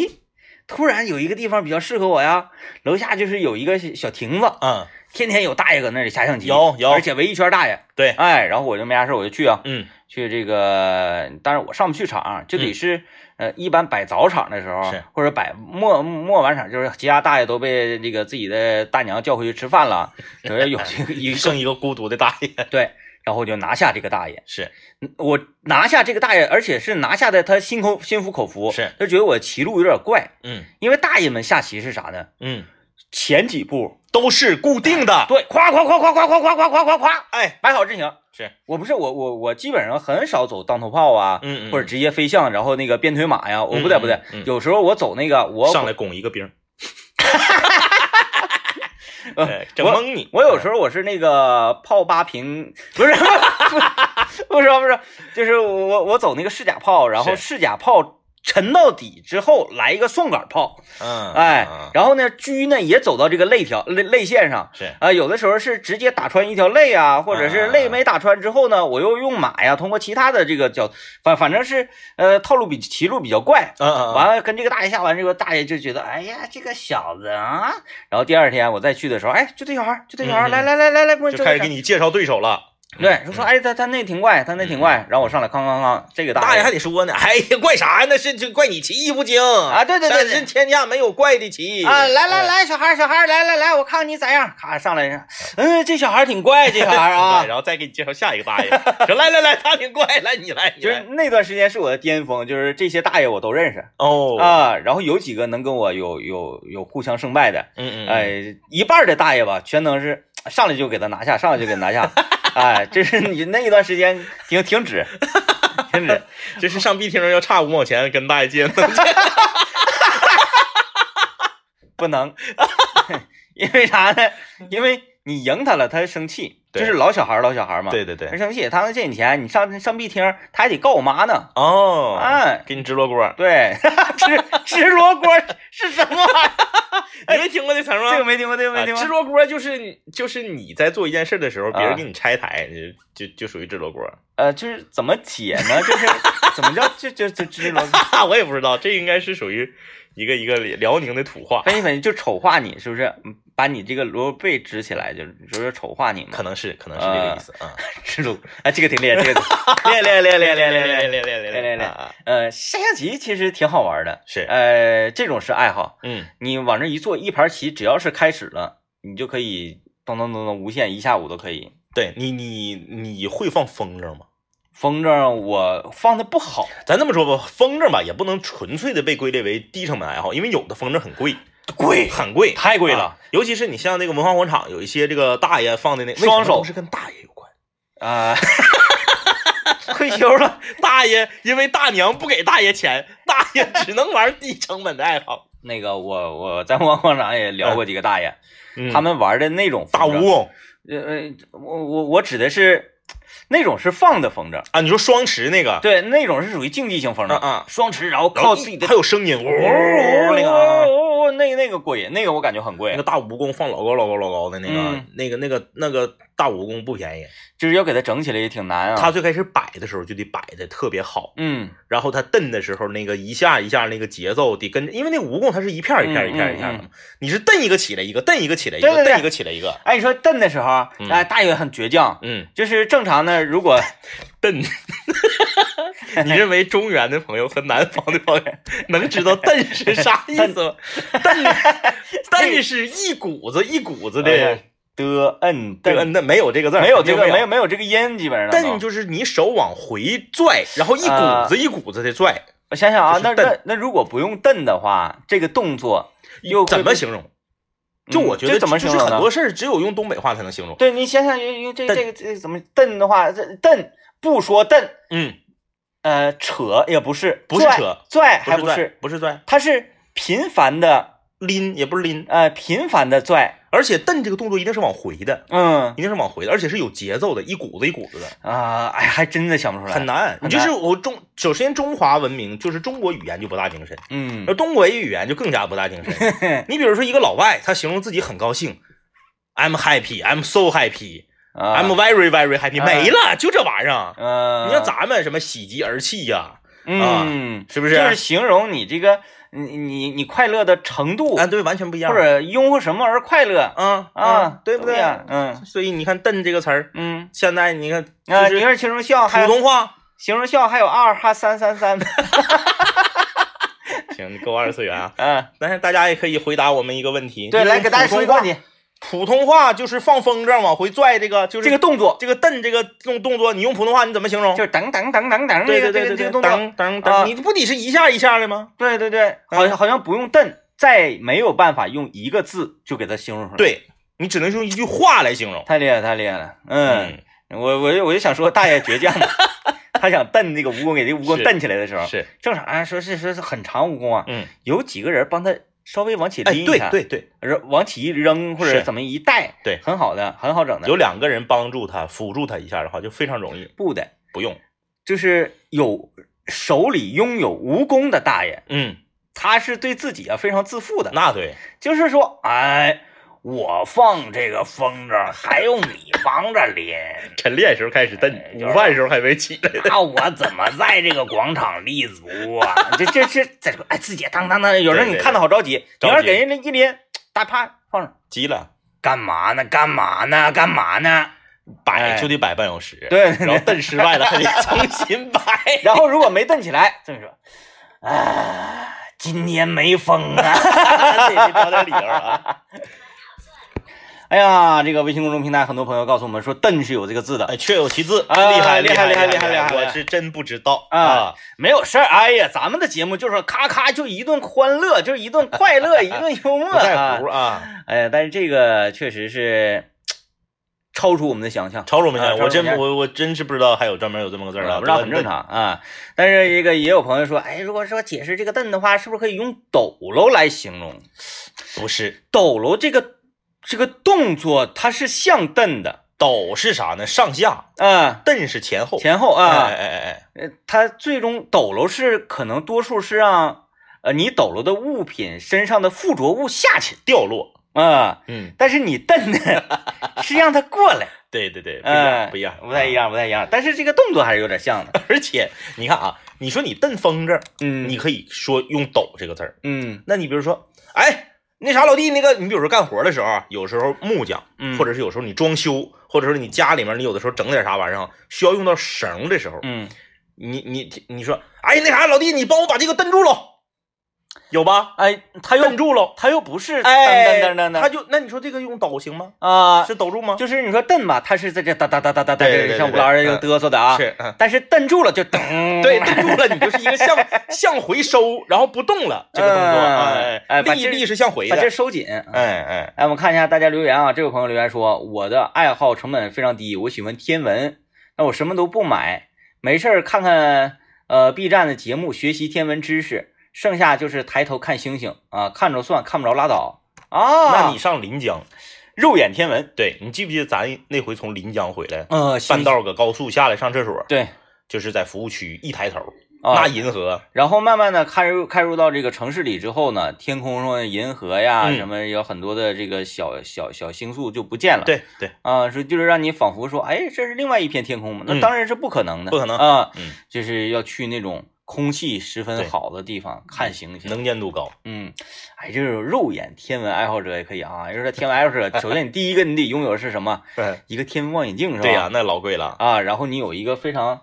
[SPEAKER 1] 突然有一个地方比较适合我呀，楼下就是有一个小亭子，
[SPEAKER 2] 嗯，
[SPEAKER 1] 天天有大爷搁那里下象棋，
[SPEAKER 2] 有有
[SPEAKER 1] 而且围一圈大爷。
[SPEAKER 2] 对
[SPEAKER 1] 哎，然后我就没啥事儿我就去啊，
[SPEAKER 2] 嗯
[SPEAKER 1] 去这个，当然我上不去场，啊就得
[SPEAKER 2] 嗯
[SPEAKER 1] 是、呃一般摆早场的时候
[SPEAKER 2] 是，
[SPEAKER 1] 或者摆末末晚场，就是其他大爷都被这个自己的大娘叫回去吃饭了， 主要有这个一
[SPEAKER 2] 一
[SPEAKER 1] 个
[SPEAKER 2] 剩一个孤独的大爷。
[SPEAKER 1] 对，然后我就拿下这个大爷。
[SPEAKER 2] 是，
[SPEAKER 1] 我拿下这个大爷，而且是拿下的他心口心服口服，
[SPEAKER 2] 是
[SPEAKER 1] 他觉得我棋路有点怪，
[SPEAKER 2] 嗯
[SPEAKER 1] 因为大爷们下棋是啥呢？
[SPEAKER 2] 嗯，
[SPEAKER 1] 前几步
[SPEAKER 2] 都是固定的。
[SPEAKER 1] 对，夸夸夸夸夸夸夸夸夸夸夸，
[SPEAKER 2] 哎，
[SPEAKER 1] 摆好阵型。
[SPEAKER 2] 是
[SPEAKER 1] 我不是我我我基本上很少走当头炮啊，
[SPEAKER 2] 嗯嗯
[SPEAKER 1] 或者直接飞象，然后那个鞭腿马呀，我不对
[SPEAKER 2] 嗯
[SPEAKER 1] 不对，
[SPEAKER 2] 嗯嗯
[SPEAKER 1] 有时候我走那个我
[SPEAKER 2] 上来拱一个兵，
[SPEAKER 1] 呃
[SPEAKER 2] 哎整蒙你。
[SPEAKER 1] 我有时候我是那个炮八平，不是不是不是，就是我我我走那个试甲炮，然后
[SPEAKER 2] 是
[SPEAKER 1] 试甲炮沉到底之后来一个双杆炮，
[SPEAKER 2] 嗯，
[SPEAKER 1] 哎
[SPEAKER 2] 嗯，
[SPEAKER 1] 然后呢车呢也走到这个肋条肋肋线上。
[SPEAKER 2] 是
[SPEAKER 1] 啊、有的时候是直接打穿一条肋啊，或者是肋没打穿之后呢，我又用马呀，通过其他的这个角，反反正是呃套路比棋路比较怪。
[SPEAKER 2] 嗯嗯，
[SPEAKER 1] 完了跟这个大爷下完之后，大爷就觉得哎呀这个小子啊，然后第二天我再去的时候，哎就这小孩儿，就这小孩儿，
[SPEAKER 2] 嗯嗯
[SPEAKER 1] 来来来来来，给我
[SPEAKER 2] 就开始
[SPEAKER 1] 整
[SPEAKER 2] 给你介绍对手了。
[SPEAKER 1] 对，就说哎，他他那挺怪，他那挺怪，然后我上来哐哐哐，这个
[SPEAKER 2] 大
[SPEAKER 1] 爷
[SPEAKER 2] 爷还得说呢，哎呀，怪啥呀？那是就怪你棋艺不精
[SPEAKER 1] 啊，
[SPEAKER 2] 啊！
[SPEAKER 1] 对对对
[SPEAKER 2] 但
[SPEAKER 1] 对
[SPEAKER 2] 是天下没有怪的棋
[SPEAKER 1] 啊，来来
[SPEAKER 2] 嗯
[SPEAKER 1] 来，小孩儿小孩儿，来来来，我看看你咋样，咔上来一下，嗯，这小孩儿挺怪，这小孩儿啊
[SPEAKER 2] 对，然后再给你介绍下一个大爷，说来来来，他挺怪，来你来，你
[SPEAKER 1] 就
[SPEAKER 2] 来
[SPEAKER 1] 是那段时间是我的巅峰，就是这些大爷我都认识
[SPEAKER 2] 哦，
[SPEAKER 1] 啊，然后有几个能跟我有有有互相胜败的，
[SPEAKER 2] 嗯嗯，
[SPEAKER 1] 哎，，一半儿的大爷吧，全能是上来就给他拿下，上来就给他拿下，哎，这是你那一段时间停停止，停止，
[SPEAKER 2] 这是上 B 厅要差五毛钱跟大爷借呢，
[SPEAKER 1] 不能， 因为啥呢？因为你赢他了，他生气，
[SPEAKER 2] 对
[SPEAKER 1] 就是老小孩儿老小孩儿嘛，
[SPEAKER 2] 对对
[SPEAKER 1] 他
[SPEAKER 2] 对，
[SPEAKER 1] 生气，他能借你钱，你上上 B 厅儿，他还得告我妈呢，
[SPEAKER 2] 哦，
[SPEAKER 1] 哎，
[SPEAKER 2] 给你支罗锅，
[SPEAKER 1] 对， 吃吃罗锅是什么玩意儿？
[SPEAKER 2] 你没听过这词儿 吗？
[SPEAKER 1] 这 个没听过，这个没听
[SPEAKER 2] 啊支
[SPEAKER 1] 过。
[SPEAKER 2] 罗锅就是就是你在做一件事的时候，
[SPEAKER 1] 啊
[SPEAKER 2] 别人给你拆台，就就就属于支罗锅。
[SPEAKER 1] 呃，就是怎么解呢？就是怎么叫就就就支罗锅？
[SPEAKER 2] 哈哈，我也不知道，这应该是属于一个一个辽宁的土话，
[SPEAKER 1] 翻译翻译就丑化你，是不是？嗯把你这个萝卜背支起来，就是就是丑化你嘛
[SPEAKER 2] 可。能是可能是这个意思啊。
[SPEAKER 1] 支罗，哎，这个挺厉害，这个挺厉害厉害厉害厉害厉害厉害厉害。
[SPEAKER 2] 练练
[SPEAKER 1] 练练练
[SPEAKER 2] 啊，
[SPEAKER 1] 呃，下象棋其实挺好玩的，
[SPEAKER 2] 是，
[SPEAKER 1] 呃，这种是爱好，
[SPEAKER 2] 嗯，
[SPEAKER 1] 你往这一坐，一盘棋只要是开始了，你就可以咚咚咚咚无限一下午都可以。
[SPEAKER 2] 对你你你会放风筝吗？
[SPEAKER 1] 风筝我放的不好，
[SPEAKER 2] 咱这么说吧，风筝吧也不能纯粹的被归类为低成本爱好，因为有的风筝很贵，
[SPEAKER 1] 贵
[SPEAKER 2] 很 贵，
[SPEAKER 1] 太贵了
[SPEAKER 2] 啊尤其是你像那个文化广场有一些这个大爷放的那
[SPEAKER 1] 双手
[SPEAKER 2] 为什么都是跟大爷有关。
[SPEAKER 1] 啊。退休了，
[SPEAKER 2] 大爷因为大娘不给大爷钱，大爷只能玩低成本的爱好。
[SPEAKER 1] 那个我我在文化广场也聊过几个大爷，他
[SPEAKER 2] 们
[SPEAKER 1] 们玩的那种风
[SPEAKER 2] 嗯大
[SPEAKER 1] 筝
[SPEAKER 2] 蜈蚣
[SPEAKER 1] 呃呃，我我我指的是那种是放的风筝，
[SPEAKER 2] 啊，你说双持那个，
[SPEAKER 1] 对，那种是属于竞技性风筝，
[SPEAKER 2] 嗯嗯
[SPEAKER 1] 双持，然后
[SPEAKER 2] 然
[SPEAKER 1] 靠
[SPEAKER 2] 后
[SPEAKER 1] 自己
[SPEAKER 2] 一
[SPEAKER 1] 的
[SPEAKER 2] 还有声音，呜
[SPEAKER 1] 呜那个
[SPEAKER 2] 那个
[SPEAKER 1] 啊
[SPEAKER 2] 啊。
[SPEAKER 1] 呜呜那那个过瘾，那个我感觉很
[SPEAKER 2] 那
[SPEAKER 1] 贵
[SPEAKER 2] 个，大蜈蚣放老高老高老高的那个
[SPEAKER 1] 嗯，
[SPEAKER 2] 那个那个那个大蜈蚣不便宜，
[SPEAKER 1] 就是要给它整起来也挺难啊。
[SPEAKER 2] 他最开始摆的时候就得摆的特别好，
[SPEAKER 1] 嗯，
[SPEAKER 2] 然后他蹬的时候那个一下一下那个节奏得跟，因为那蜈蚣它是一片儿一片儿一片儿一片儿的嘛，你是蹬一个起来一个，蹬一个起来一
[SPEAKER 1] 对对
[SPEAKER 2] 个，
[SPEAKER 1] 对
[SPEAKER 2] 蹬一个起来一个，
[SPEAKER 1] 哎，你说蹬的时候，哎、
[SPEAKER 2] 嗯
[SPEAKER 1] 大爷很倔强，
[SPEAKER 2] 嗯，
[SPEAKER 1] 就是正常的，如果
[SPEAKER 2] 蹬。你认为中原的朋友和南方的朋友能知道蹬是啥意思 吗？蹬蹬是一股子一股子的
[SPEAKER 1] 哎，的摁
[SPEAKER 2] 这个
[SPEAKER 1] 蹬，
[SPEAKER 2] 那没有这个字 儿，
[SPEAKER 1] 没有这个
[SPEAKER 2] 肯定
[SPEAKER 1] 没
[SPEAKER 2] 没
[SPEAKER 1] 有没有这个音，基本上都。
[SPEAKER 2] 蹬就是你手往回拽，然后一
[SPEAKER 1] 啊
[SPEAKER 2] 股子一股子的拽，
[SPEAKER 1] 我想想啊，那
[SPEAKER 2] 就是蹬
[SPEAKER 1] 那那如果不用蹬的话，这个动作又
[SPEAKER 2] 怎么形容？就我觉得
[SPEAKER 1] 这怎么
[SPEAKER 2] 嗯就
[SPEAKER 1] 形
[SPEAKER 2] 是
[SPEAKER 1] 容呢
[SPEAKER 2] 很多事儿只有用东北话才能形容。
[SPEAKER 1] 对你想想，因为这
[SPEAKER 2] 蹬
[SPEAKER 1] 这个这个怎么蹬的话，这蹬不说蹬，
[SPEAKER 2] 嗯，
[SPEAKER 1] 呃，扯也不是，
[SPEAKER 2] 不是
[SPEAKER 1] 拽
[SPEAKER 2] 扯，
[SPEAKER 1] 拽还
[SPEAKER 2] 不
[SPEAKER 1] 不
[SPEAKER 2] 拽
[SPEAKER 1] 是，，
[SPEAKER 2] 不是拽，
[SPEAKER 1] 它是频繁的，
[SPEAKER 2] 拎也不是拎，
[SPEAKER 1] 呃，频繁的拽，
[SPEAKER 2] 而且蹬这个动作一定是往回的，
[SPEAKER 1] 嗯
[SPEAKER 2] 一定是往回的，而且是有节奏的，一股子一股子的，
[SPEAKER 1] 啊，哎，还真的想不出来，
[SPEAKER 2] 很，难。你就是我中，首先中华文明就是中国语言就博大精深，
[SPEAKER 1] 嗯
[SPEAKER 2] 而，东北语言就更加博大精 深。你比如说一个老外，他形容自己很高兴，I'm happy, I'm so happy。
[SPEAKER 1] 啊
[SPEAKER 2] I'm very very happy，、
[SPEAKER 1] 啊
[SPEAKER 2] 没了，就这玩意儿。
[SPEAKER 1] 呃，
[SPEAKER 2] 哎你像咱们什么喜极而泣呀、
[SPEAKER 1] 嗯，
[SPEAKER 2] 是不是？
[SPEAKER 1] 就是形容你这个你你你快乐的程度，
[SPEAKER 2] 啊，对，完全不一样。
[SPEAKER 1] 或者拥护什么而快乐
[SPEAKER 2] 啊
[SPEAKER 1] 啊，
[SPEAKER 2] 对不
[SPEAKER 1] 对
[SPEAKER 2] 对？
[SPEAKER 1] 呀？嗯
[SPEAKER 2] 所以你看“蹬”这个词儿，
[SPEAKER 1] 嗯，
[SPEAKER 2] 现在你看
[SPEAKER 1] 啊，
[SPEAKER 2] 就
[SPEAKER 1] 一
[SPEAKER 2] 是
[SPEAKER 1] 个是形容笑，还
[SPEAKER 2] 普
[SPEAKER 1] 有
[SPEAKER 2] 通话。
[SPEAKER 1] 形容笑，还有二哈三三三，
[SPEAKER 2] 行，你够二次元 啊！
[SPEAKER 1] 嗯，
[SPEAKER 2] 但是大家也可以回答我们一个问题，
[SPEAKER 1] 对，
[SPEAKER 2] 就是
[SPEAKER 1] 来给大家说一个问
[SPEAKER 2] 普通
[SPEAKER 1] 题，
[SPEAKER 2] 话，普通话就是放风筝往回拽，这个就是
[SPEAKER 1] 这个动作
[SPEAKER 2] 这个“蹬”这个动动作，你用普通话你怎么形容
[SPEAKER 1] 就？是噔噔噔噔噔
[SPEAKER 2] 对
[SPEAKER 1] 这
[SPEAKER 2] 对
[SPEAKER 1] 个这个这
[SPEAKER 2] 对对对
[SPEAKER 1] 个，动作。
[SPEAKER 2] 噔嗯噔
[SPEAKER 1] 啊
[SPEAKER 2] 噔，你不得是一下一下的吗？
[SPEAKER 1] 对对对，好像好像不用蹬，再没有办法用一个字就给它形容出来。，
[SPEAKER 2] 对你只能用一句话来形容。
[SPEAKER 1] 太厉害了太厉害了。嗯，，我我就我就想说，大爷倔强嘛， 他想蹬那个蜈蚣，给这蜈蚣
[SPEAKER 2] 是
[SPEAKER 1] 蹬起来的时候，
[SPEAKER 2] 嗯是，
[SPEAKER 1] 正常哎，说是说是很长蜈蚣啊，
[SPEAKER 2] 嗯，
[SPEAKER 1] 有几个人帮他稍微往起
[SPEAKER 2] 哎，
[SPEAKER 1] 拎一
[SPEAKER 2] 对
[SPEAKER 1] 下，
[SPEAKER 2] 对对，
[SPEAKER 1] 对，往起一扔或者
[SPEAKER 2] 是
[SPEAKER 1] 怎么一带，
[SPEAKER 2] 对
[SPEAKER 1] 很好的，很好整的。
[SPEAKER 2] 嗯有两个人帮助他、辅助他一下的话，就非常容易，
[SPEAKER 1] 不的，
[SPEAKER 2] 不用。
[SPEAKER 1] 就是有手里拥有蜈蚣的大爷，
[SPEAKER 2] 嗯，
[SPEAKER 1] 他是对自己啊非常自负的。
[SPEAKER 2] 那对，
[SPEAKER 1] 就是说，哎，我放这个风筝，还用你帮着拎？
[SPEAKER 2] 晨练时候开始蹬
[SPEAKER 1] 哎，就是
[SPEAKER 2] 午饭时候还没起来。
[SPEAKER 1] 那我怎么在这个广场立足啊？这这这这，哎，自己当当当，有时候
[SPEAKER 2] 对对
[SPEAKER 1] 你
[SPEAKER 2] 对
[SPEAKER 1] 看的好着急，你
[SPEAKER 2] 着急
[SPEAKER 1] 要是给人家一拎，大啪放上，
[SPEAKER 2] 急了，
[SPEAKER 1] 干嘛呢？干嘛呢？干嘛呢？
[SPEAKER 2] 摆就得摆半小时，
[SPEAKER 1] 哎对
[SPEAKER 2] 然后蹬失败了还得重新摆。
[SPEAKER 1] 然后如果没蹬起来，这么说，啊，今年没风啊。
[SPEAKER 2] 得找点理由啊！
[SPEAKER 1] 哎呀，这个微信公众平台很多朋友告诉我们说，蹬是有这个字的。
[SPEAKER 2] 哎，确有其字，
[SPEAKER 1] 啊
[SPEAKER 2] 厉害
[SPEAKER 1] 厉害
[SPEAKER 2] 害
[SPEAKER 1] 厉害
[SPEAKER 2] 厉
[SPEAKER 1] 厉害厉害
[SPEAKER 2] 我是真不知道
[SPEAKER 1] 啊，没有事儿，哎呀，咱们的节目就是咔咔就一顿欢乐，就是一顿快乐，一顿幽默
[SPEAKER 2] 不在
[SPEAKER 1] 啊
[SPEAKER 2] 乎。啊，
[SPEAKER 1] 哎，但是这个确实是超出我们的想象，
[SPEAKER 2] 超出我们想
[SPEAKER 1] 啊
[SPEAKER 2] 象，我真
[SPEAKER 1] 超出我们想象
[SPEAKER 2] 我我真是不知道还有专门有这么个字儿啊，
[SPEAKER 1] 我不知道很正常啊。但是这个也有朋友说，哎，如果说解释这个“蹬”的话，是不是可以用“抖搂”来形容？
[SPEAKER 2] 这。不是
[SPEAKER 1] 抖搂这个这个动作，它是向蹬的
[SPEAKER 2] 抖是啥呢？上下，
[SPEAKER 1] 啊，
[SPEAKER 2] 蹬是前后。
[SPEAKER 1] 前后
[SPEAKER 2] 哎
[SPEAKER 1] 啊。
[SPEAKER 2] 哎哎哎，
[SPEAKER 1] 呃，它最终抖搂是可能多数是让呃你抖搂的物品身上的附着物下去
[SPEAKER 2] 掉落。
[SPEAKER 1] 啊、
[SPEAKER 2] 嗯，
[SPEAKER 1] 但是你蹬呢是让它过来，
[SPEAKER 2] 对对对，不
[SPEAKER 1] 嗯、
[SPEAKER 2] 一样不一样，
[SPEAKER 1] 不太一。样，不太一样。但是这个动作还是有点像的，
[SPEAKER 2] 而且你看啊，你说你蹬风筝，
[SPEAKER 1] 嗯，
[SPEAKER 2] 你可以说用抖这个字儿。
[SPEAKER 1] 嗯
[SPEAKER 2] 那你比如说，哎，那啥老弟，那个你比如说干活的时候啊，有时候木匠，
[SPEAKER 1] 嗯
[SPEAKER 2] 或者是有时候你装修，或者说你家里面，你有的时候整点啥玩意儿啊需要用到绳儿的时候，
[SPEAKER 1] 嗯，
[SPEAKER 2] 你你你说，哎，那啥老弟，你帮我把这个蹬住喽，有吧？
[SPEAKER 1] 哎，它又
[SPEAKER 2] 蹬住喽，
[SPEAKER 1] 它又不是蹬
[SPEAKER 2] 哎，
[SPEAKER 1] 蹬蹬蹬
[SPEAKER 2] 他
[SPEAKER 1] 蹬
[SPEAKER 2] 就那你说这个用抖行吗？
[SPEAKER 1] 啊，
[SPEAKER 2] 是抖住吗？
[SPEAKER 1] 就是你说蹬吧，它是在这哒哒哒哒哒哒，
[SPEAKER 2] 对对
[SPEAKER 1] 这
[SPEAKER 2] 对
[SPEAKER 1] 像吴
[SPEAKER 2] 对
[SPEAKER 1] 老师
[SPEAKER 2] 对
[SPEAKER 1] 就
[SPEAKER 2] 嗯
[SPEAKER 1] 嘚瑟的啊，
[SPEAKER 2] 是，嗯，
[SPEAKER 1] 但是蹬住了就噔，
[SPEAKER 2] 对，蹬住了，你就是一个 向向回收，然后不动了这个动作，
[SPEAKER 1] 嗯
[SPEAKER 2] 哎
[SPEAKER 1] 哎把
[SPEAKER 2] 力
[SPEAKER 1] 这
[SPEAKER 2] 力是向回
[SPEAKER 1] 把
[SPEAKER 2] 的
[SPEAKER 1] 这，收紧，哎
[SPEAKER 2] 哎哎，
[SPEAKER 1] 哎，我们看一下大家留言啊，这位朋友留言说，我的爱好成本非常低，我喜欢天文，那我什么都不买，没事儿看看呃 B 站的节目，学习天文知识，剩下就是抬头看星星啊，看着算，看不着拉倒啊。
[SPEAKER 2] 那你上临江，
[SPEAKER 1] 肉眼天文，
[SPEAKER 2] 对你记不记得咱那回从临江回来，
[SPEAKER 1] 呃，星
[SPEAKER 2] 半道搁高速下来上厕所，
[SPEAKER 1] 对
[SPEAKER 2] 就是在服务区一抬头，
[SPEAKER 1] 啊
[SPEAKER 2] 那，银河
[SPEAKER 1] 然后慢慢的开入开入到这个城市里之后呢，天空上的银河呀、
[SPEAKER 2] 嗯
[SPEAKER 1] 什么有很多的这个小小小星宿就不见了，
[SPEAKER 2] 对对，
[SPEAKER 1] 啊，是就是让你仿佛说，哎，这是另外一片天空吗？那
[SPEAKER 2] 嗯
[SPEAKER 1] 当然是不可能的，
[SPEAKER 2] 不可能
[SPEAKER 1] 啊，
[SPEAKER 2] 嗯，
[SPEAKER 1] 就是要去那种空气十分
[SPEAKER 2] 对嗯
[SPEAKER 1] 好的地方看星星。
[SPEAKER 2] 能见度高，
[SPEAKER 1] 嗯，哎，这种肉眼天文爱好者也可以啊。就是天文爱好 者，首先你第一个你得拥有的是什么？
[SPEAKER 2] 对
[SPEAKER 1] 一个天文望远镜是吧？
[SPEAKER 2] 对呀，那老贵了，
[SPEAKER 1] 啊，然后你有一个非常，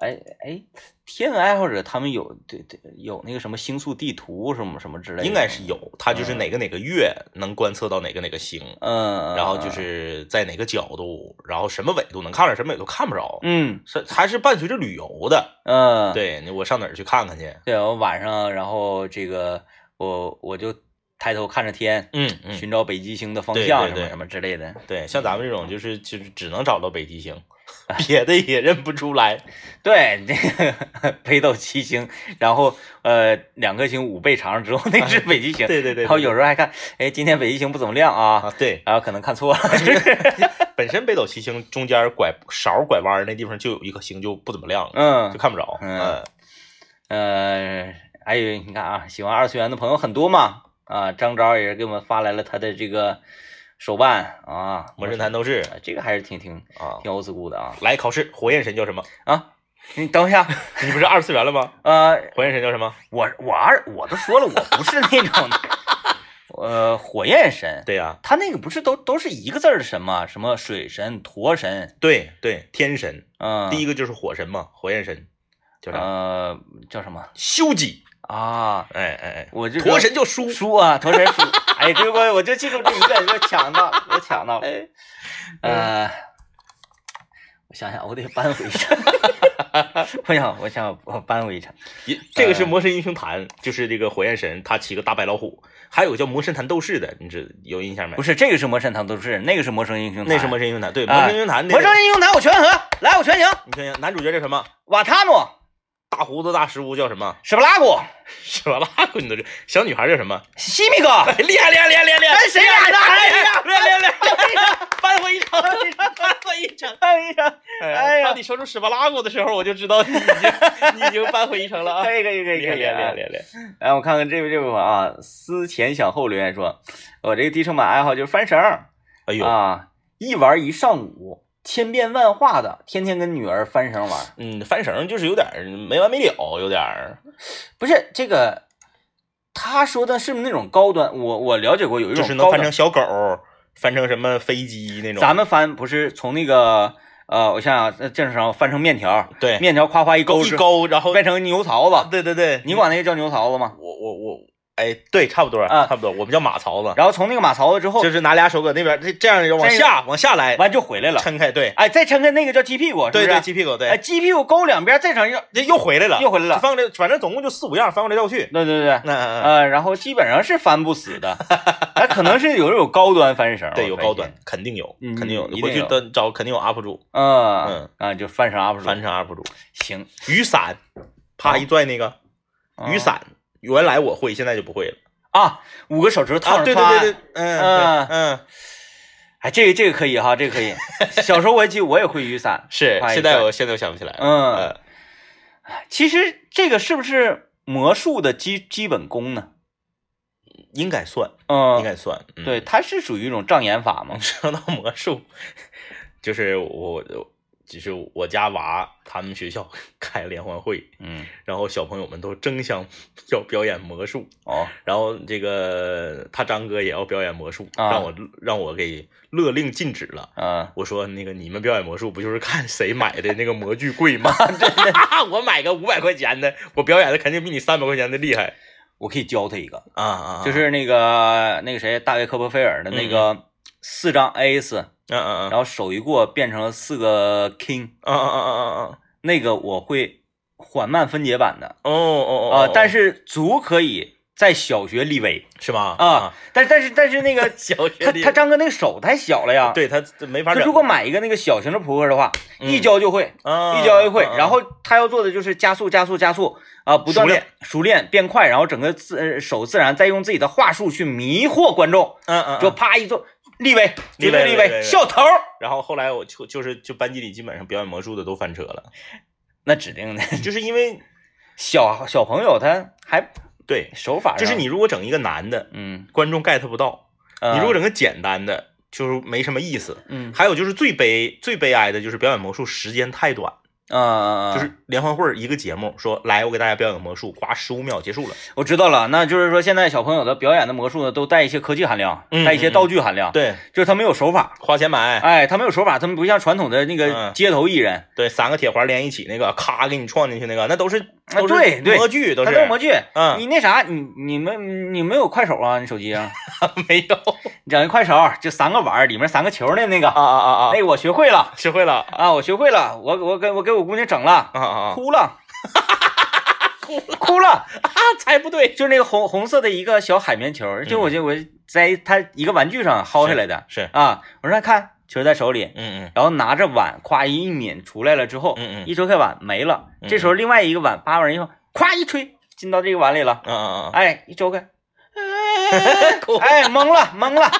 [SPEAKER 1] 哎哎，天文爱好者他们有对对有那个什么星宿地图什么什么之类的，
[SPEAKER 2] 应该是有，它就是哪个哪个月能观测到哪个哪个星，
[SPEAKER 1] 嗯，
[SPEAKER 2] 然后就是在哪个角度，然后什么纬度能看着，什么纬度看不着，
[SPEAKER 1] 嗯
[SPEAKER 2] 是还是伴随着旅游的。
[SPEAKER 1] 嗯，
[SPEAKER 2] 对，你我上哪儿去看看去？
[SPEAKER 1] 对，我晚上然后这个我我就抬头看着天，
[SPEAKER 2] 嗯嗯，
[SPEAKER 1] 寻找北极星的方
[SPEAKER 2] 对
[SPEAKER 1] 向
[SPEAKER 2] 对
[SPEAKER 1] 什么
[SPEAKER 2] 对
[SPEAKER 1] 什么之类的。
[SPEAKER 2] 对，像咱们这种就是就是只能找到北极星，
[SPEAKER 1] 嗯
[SPEAKER 2] 别的也认不 出来。
[SPEAKER 1] 对，那个 北斗七星，然后呃两颗星五倍长之后，那是北极星。
[SPEAKER 2] 对对对，
[SPEAKER 1] 然后有时候还看，哎，今天北极星不怎么亮啊，
[SPEAKER 2] 啊，对，
[SPEAKER 1] 然后可能看错了。
[SPEAKER 2] 本身北斗七星中间拐勺拐弯儿那地方就有一颗星就不怎么亮了，
[SPEAKER 1] 嗯
[SPEAKER 2] 就看不着。
[SPEAKER 1] 嗯，呃，还有你看啊，喜欢二次元的朋友很多嘛啊，张昭也是给我们发来了他的这个手办啊，
[SPEAKER 2] 魔神坛斗士
[SPEAKER 1] 啊这个还是挺挺
[SPEAKER 2] 啊，
[SPEAKER 1] 挺 old school 的啊
[SPEAKER 2] 来考试，火焰神叫什么？
[SPEAKER 1] 啊，你等一下，
[SPEAKER 2] 你不是二次元了吗？
[SPEAKER 1] 呃，
[SPEAKER 2] 火焰神叫什么？
[SPEAKER 1] 我我二我都说了，我不是那种的，呃，火焰神，
[SPEAKER 2] 对呀、
[SPEAKER 1] 他那个不是都都是一个字儿的神吗？什么水神、驼神，
[SPEAKER 2] 对对，天神，
[SPEAKER 1] 嗯，
[SPEAKER 2] 第一
[SPEAKER 1] 一
[SPEAKER 2] 个就是火神嘛，火焰神叫啥？
[SPEAKER 1] 呃叫什么
[SPEAKER 2] 修己，
[SPEAKER 1] 啊？
[SPEAKER 2] 哎哎
[SPEAKER 1] 我这
[SPEAKER 2] 哎，
[SPEAKER 1] 个
[SPEAKER 2] 火神叫舒，
[SPEAKER 1] 书啊，驼神书，哎，这个我就记住这一个，就抢到，我抢到了，
[SPEAKER 2] 哎
[SPEAKER 1] 呃，我想想，我得扳回一城， 我想我想我扳回一城，
[SPEAKER 2] 也这个是
[SPEAKER 1] 嗯
[SPEAKER 2] 魔神英雄坛，就是这个火焰神，他骑个大白老虎，还有个叫魔神坛斗士的，你知有印象没
[SPEAKER 1] 不？是这个是魔神堂斗士，那个是魔神英雄坛，
[SPEAKER 2] 那是魔神英雄坛，对，魔
[SPEAKER 1] 哎
[SPEAKER 2] 神英雄坛那
[SPEAKER 1] 魔
[SPEAKER 2] 个，
[SPEAKER 1] 神英雄坛我全合，来我全赢，
[SPEAKER 2] 你看一下男主角叫什么？
[SPEAKER 1] 瓦塔诺。
[SPEAKER 2] 大胡子大师傅叫什么？
[SPEAKER 1] 史布拉古、
[SPEAKER 2] 什么拉滚都是小女孩叫什 么？哎
[SPEAKER 1] 西米哥，
[SPEAKER 2] 厉害厉害厉害厉害厉害！
[SPEAKER 1] 咱谁俩的？哎呀，
[SPEAKER 2] 厉害厉害厉害！扳回一城，哎扳回一城！
[SPEAKER 1] 哎呀，哎呀
[SPEAKER 2] 当你说出史巴拉古的时候，我就知道你已经你已经扳回一城了啊！
[SPEAKER 1] 可以可以可以
[SPEAKER 2] 厉
[SPEAKER 1] 可
[SPEAKER 2] 害
[SPEAKER 1] 以，
[SPEAKER 2] 厉害厉害厉害！厉害
[SPEAKER 1] 来，我看看这位这位朋友啊，思前想后留言说，我这个低成本爱好就是翻绳儿
[SPEAKER 2] 哎呦，
[SPEAKER 1] 啊，一玩一上午，千变万化的，天天跟女儿翻绳玩。
[SPEAKER 2] 嗯，翻绳就是有点儿没完没了，有点儿
[SPEAKER 1] 不是这个，他说的是那种高端，我我了解过有一
[SPEAKER 2] 就
[SPEAKER 1] 种
[SPEAKER 2] 是能
[SPEAKER 1] 高
[SPEAKER 2] 翻成
[SPEAKER 1] 端，
[SPEAKER 2] 小狗，翻成什么飞机那种。
[SPEAKER 1] 咱们翻不是从那个呃，我想想，呃正常翻成面条，
[SPEAKER 2] 对
[SPEAKER 1] 面条夸夸一勾
[SPEAKER 2] 一
[SPEAKER 1] 之后
[SPEAKER 2] 勾，然后
[SPEAKER 1] 变成牛槽子，
[SPEAKER 2] 对对对，
[SPEAKER 1] 你管那个叫牛槽子吗？
[SPEAKER 2] 我我我，哎，对，差不多，
[SPEAKER 1] 啊
[SPEAKER 2] 差不多，我们叫马槽子，
[SPEAKER 1] 然后从那个马槽子之后，
[SPEAKER 2] 就是拿俩手搁那边这这样的往
[SPEAKER 1] 这个
[SPEAKER 2] 下往下来
[SPEAKER 1] 完就回来了。
[SPEAKER 2] 撑开，对
[SPEAKER 1] 哎，再抻开那个叫鸡屁股，是不
[SPEAKER 2] 对
[SPEAKER 1] 是？
[SPEAKER 2] 对，鸡屁股对
[SPEAKER 1] 哎，，鸡屁股勾两边，再整一个，
[SPEAKER 2] 这又回来了，嗯
[SPEAKER 1] 又回来了
[SPEAKER 2] 翻过来，反正总共就四五样，翻过来绕去。
[SPEAKER 1] 对对对，
[SPEAKER 2] 那、
[SPEAKER 1] 呃，然后基本上是翻不死的，哎，可能是有有高端翻绳，
[SPEAKER 2] 对，
[SPEAKER 1] 我
[SPEAKER 2] 有
[SPEAKER 1] 发现
[SPEAKER 2] 高端，，肯定有，
[SPEAKER 1] 嗯
[SPEAKER 2] 肯定有
[SPEAKER 1] 一定，
[SPEAKER 2] 回去
[SPEAKER 1] 有
[SPEAKER 2] 找找肯定有 UP 主，
[SPEAKER 1] 嗯啊，就翻绳 UP
[SPEAKER 2] 翻
[SPEAKER 1] 主，
[SPEAKER 2] 成 UP 主，
[SPEAKER 1] 行，
[SPEAKER 2] 雨伞，啪一拽那个
[SPEAKER 1] 嗯
[SPEAKER 2] 雨伞，原来我会，现在就不会了。
[SPEAKER 1] 啊，五个手指头套
[SPEAKER 2] 啊，
[SPEAKER 1] 上
[SPEAKER 2] 对对
[SPEAKER 1] 穿
[SPEAKER 2] 对对，
[SPEAKER 1] 嗯
[SPEAKER 2] 嗯对嗯，
[SPEAKER 1] 哎，这个这个可以哈，这个可以。小时候我也记，我也会雨伞。
[SPEAKER 2] 是，
[SPEAKER 1] 夸一
[SPEAKER 2] 现在
[SPEAKER 1] 拽
[SPEAKER 2] 我现在我想不起来了。
[SPEAKER 1] 嗯
[SPEAKER 2] 呃
[SPEAKER 1] 其实这个是不是魔术的基基本功呢？
[SPEAKER 2] 应该算，应
[SPEAKER 1] 嗯，
[SPEAKER 2] 该算，嗯
[SPEAKER 1] 对，它是属于一种障眼法嘛。
[SPEAKER 2] 说到魔术，就是我，就是我家娃他们学校开联欢会，
[SPEAKER 1] 嗯，
[SPEAKER 2] 然后小朋友们都争相 要表演魔术，
[SPEAKER 1] 哦，
[SPEAKER 2] 然后这个他张哥也要表演魔术，
[SPEAKER 1] 啊
[SPEAKER 2] 让我让我给勒令禁止了。
[SPEAKER 1] 嗯，
[SPEAKER 2] 我说那个你们表演魔术不就是看谁买的那个模具贵吗？ 我买个五百块钱的，我表演的肯定比你三百块钱的厉害
[SPEAKER 1] 我可以教他一个，
[SPEAKER 2] 啊啊！
[SPEAKER 1] 就，是那个那个谁，大卫科波菲尔的那个四张 ace，
[SPEAKER 2] 嗯嗯
[SPEAKER 1] 然
[SPEAKER 2] 嗯
[SPEAKER 1] 后手一过变成了四个 king，
[SPEAKER 2] 嗯嗯嗯嗯嗯，
[SPEAKER 1] 那个我会缓慢分解版的
[SPEAKER 2] 哦哦
[SPEAKER 1] 啊，但
[SPEAKER 2] 是
[SPEAKER 1] 是足可以在小学立威
[SPEAKER 2] 是吧？
[SPEAKER 1] 啊，，但但是但是那个
[SPEAKER 2] 小学
[SPEAKER 1] 他他张哥那个手太小了呀，
[SPEAKER 2] 对他这没法
[SPEAKER 1] 就
[SPEAKER 2] 整
[SPEAKER 1] 如果买一个那个小型的扑克的话，
[SPEAKER 2] 嗯
[SPEAKER 1] 一教就会，
[SPEAKER 2] 啊，
[SPEAKER 1] 一教就会。
[SPEAKER 2] 啊
[SPEAKER 1] 然后他要做的就是加速、加速、加速啊、不断
[SPEAKER 2] 熟
[SPEAKER 1] 的
[SPEAKER 2] 练
[SPEAKER 1] 熟练变快，然后整个自、呃手自然，再用自己的话术去迷惑观众，
[SPEAKER 2] 嗯嗯，
[SPEAKER 1] 就
[SPEAKER 2] 就
[SPEAKER 1] 啪一做立威，绝
[SPEAKER 2] 立威
[SPEAKER 1] 对立
[SPEAKER 2] 立威
[SPEAKER 1] 威，
[SPEAKER 2] 立威
[SPEAKER 1] 笑头儿，
[SPEAKER 2] 然后后来我就就是就班级里基本上表演魔术的都翻车了，
[SPEAKER 1] 那指定的。
[SPEAKER 2] 就是因为
[SPEAKER 1] 小小朋友他还
[SPEAKER 2] 对，
[SPEAKER 1] 手法上
[SPEAKER 2] 就是你，如果整一个男的，
[SPEAKER 1] 嗯，
[SPEAKER 2] 观众 get 不到；
[SPEAKER 1] 呃
[SPEAKER 2] 你如果整个简单的，就是没什么意思。
[SPEAKER 1] 嗯
[SPEAKER 2] 还有就是最悲最悲哀的就是表演魔术时间太短，
[SPEAKER 1] 啊啊，
[SPEAKER 2] 就是联欢会儿一个节目说来我给大家表演个魔术，哗十五秒结束了。
[SPEAKER 1] 我知道了，那就是说现在小朋友的表演的魔术呢，都带一些科技含量，
[SPEAKER 2] 嗯
[SPEAKER 1] 带一些道具含量，，
[SPEAKER 2] 对，
[SPEAKER 1] 就是他没有手法。
[SPEAKER 2] 花钱买，
[SPEAKER 1] 哎，他没有手法，他们不像传统的那个
[SPEAKER 2] 嗯
[SPEAKER 1] 街头艺人，
[SPEAKER 2] 对，三个铁环连一起那个，咔给你撞进去那个，那都是
[SPEAKER 1] 啊
[SPEAKER 2] 都是
[SPEAKER 1] 对对
[SPEAKER 2] 模具，都
[SPEAKER 1] 他
[SPEAKER 2] 是
[SPEAKER 1] 都是模具。
[SPEAKER 2] 嗯
[SPEAKER 1] 你那啥，你你们你没有快手啊？你手机上
[SPEAKER 2] 没 有
[SPEAKER 1] 你整一快手，就三个碗儿，里面三个球的那个，哎
[SPEAKER 2] 啊啊啊
[SPEAKER 1] 那个我学会了
[SPEAKER 2] 学会了
[SPEAKER 1] 啊，我学会了，我我给我给我姑娘整了，
[SPEAKER 2] 啊啊啊！
[SPEAKER 1] 哭了， 哭了，哭了。
[SPEAKER 2] 啊，才不对，
[SPEAKER 1] 就是那个红红色的一个小海绵球，就我就我在它一个玩具上薅下来的
[SPEAKER 2] 嗯是，
[SPEAKER 1] 啊，我说看球在手里，
[SPEAKER 2] 嗯嗯
[SPEAKER 1] 然后拿着碗夸一抿出来了之后，
[SPEAKER 2] 嗯嗯
[SPEAKER 1] 一抽开碗没了，
[SPEAKER 2] 嗯
[SPEAKER 1] 这时候另外一个碗扒完以后，咵一吹进到这个碗里了，
[SPEAKER 2] 啊啊啊，
[SPEAKER 1] 哎，一抽开，
[SPEAKER 2] 哭
[SPEAKER 1] 哎，懵了懵了，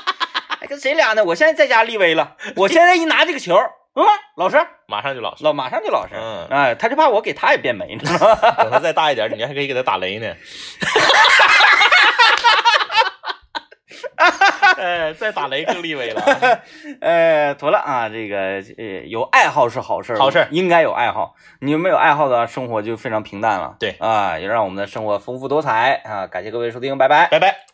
[SPEAKER 1] 哎，跟谁俩呢？我现在在家立威了，我现在一拿这个球，嗯，老实
[SPEAKER 2] 马上就老实。
[SPEAKER 1] 老马上就老实，
[SPEAKER 2] 嗯
[SPEAKER 1] 哎，他就怕我给他也变没呢，
[SPEAKER 2] 等他再大一点，你还可以给他打雷呢。哎，再打雷更立威了。啊
[SPEAKER 1] 呃，妥了啊，这个呃，有爱好是好事儿，
[SPEAKER 2] 好事儿
[SPEAKER 1] 应该有爱好。你没有爱好的生活就非常平淡了。
[SPEAKER 2] 对
[SPEAKER 1] 啊，也让我们的生活丰富多彩啊！感谢各位收听，拜拜。
[SPEAKER 2] 拜拜。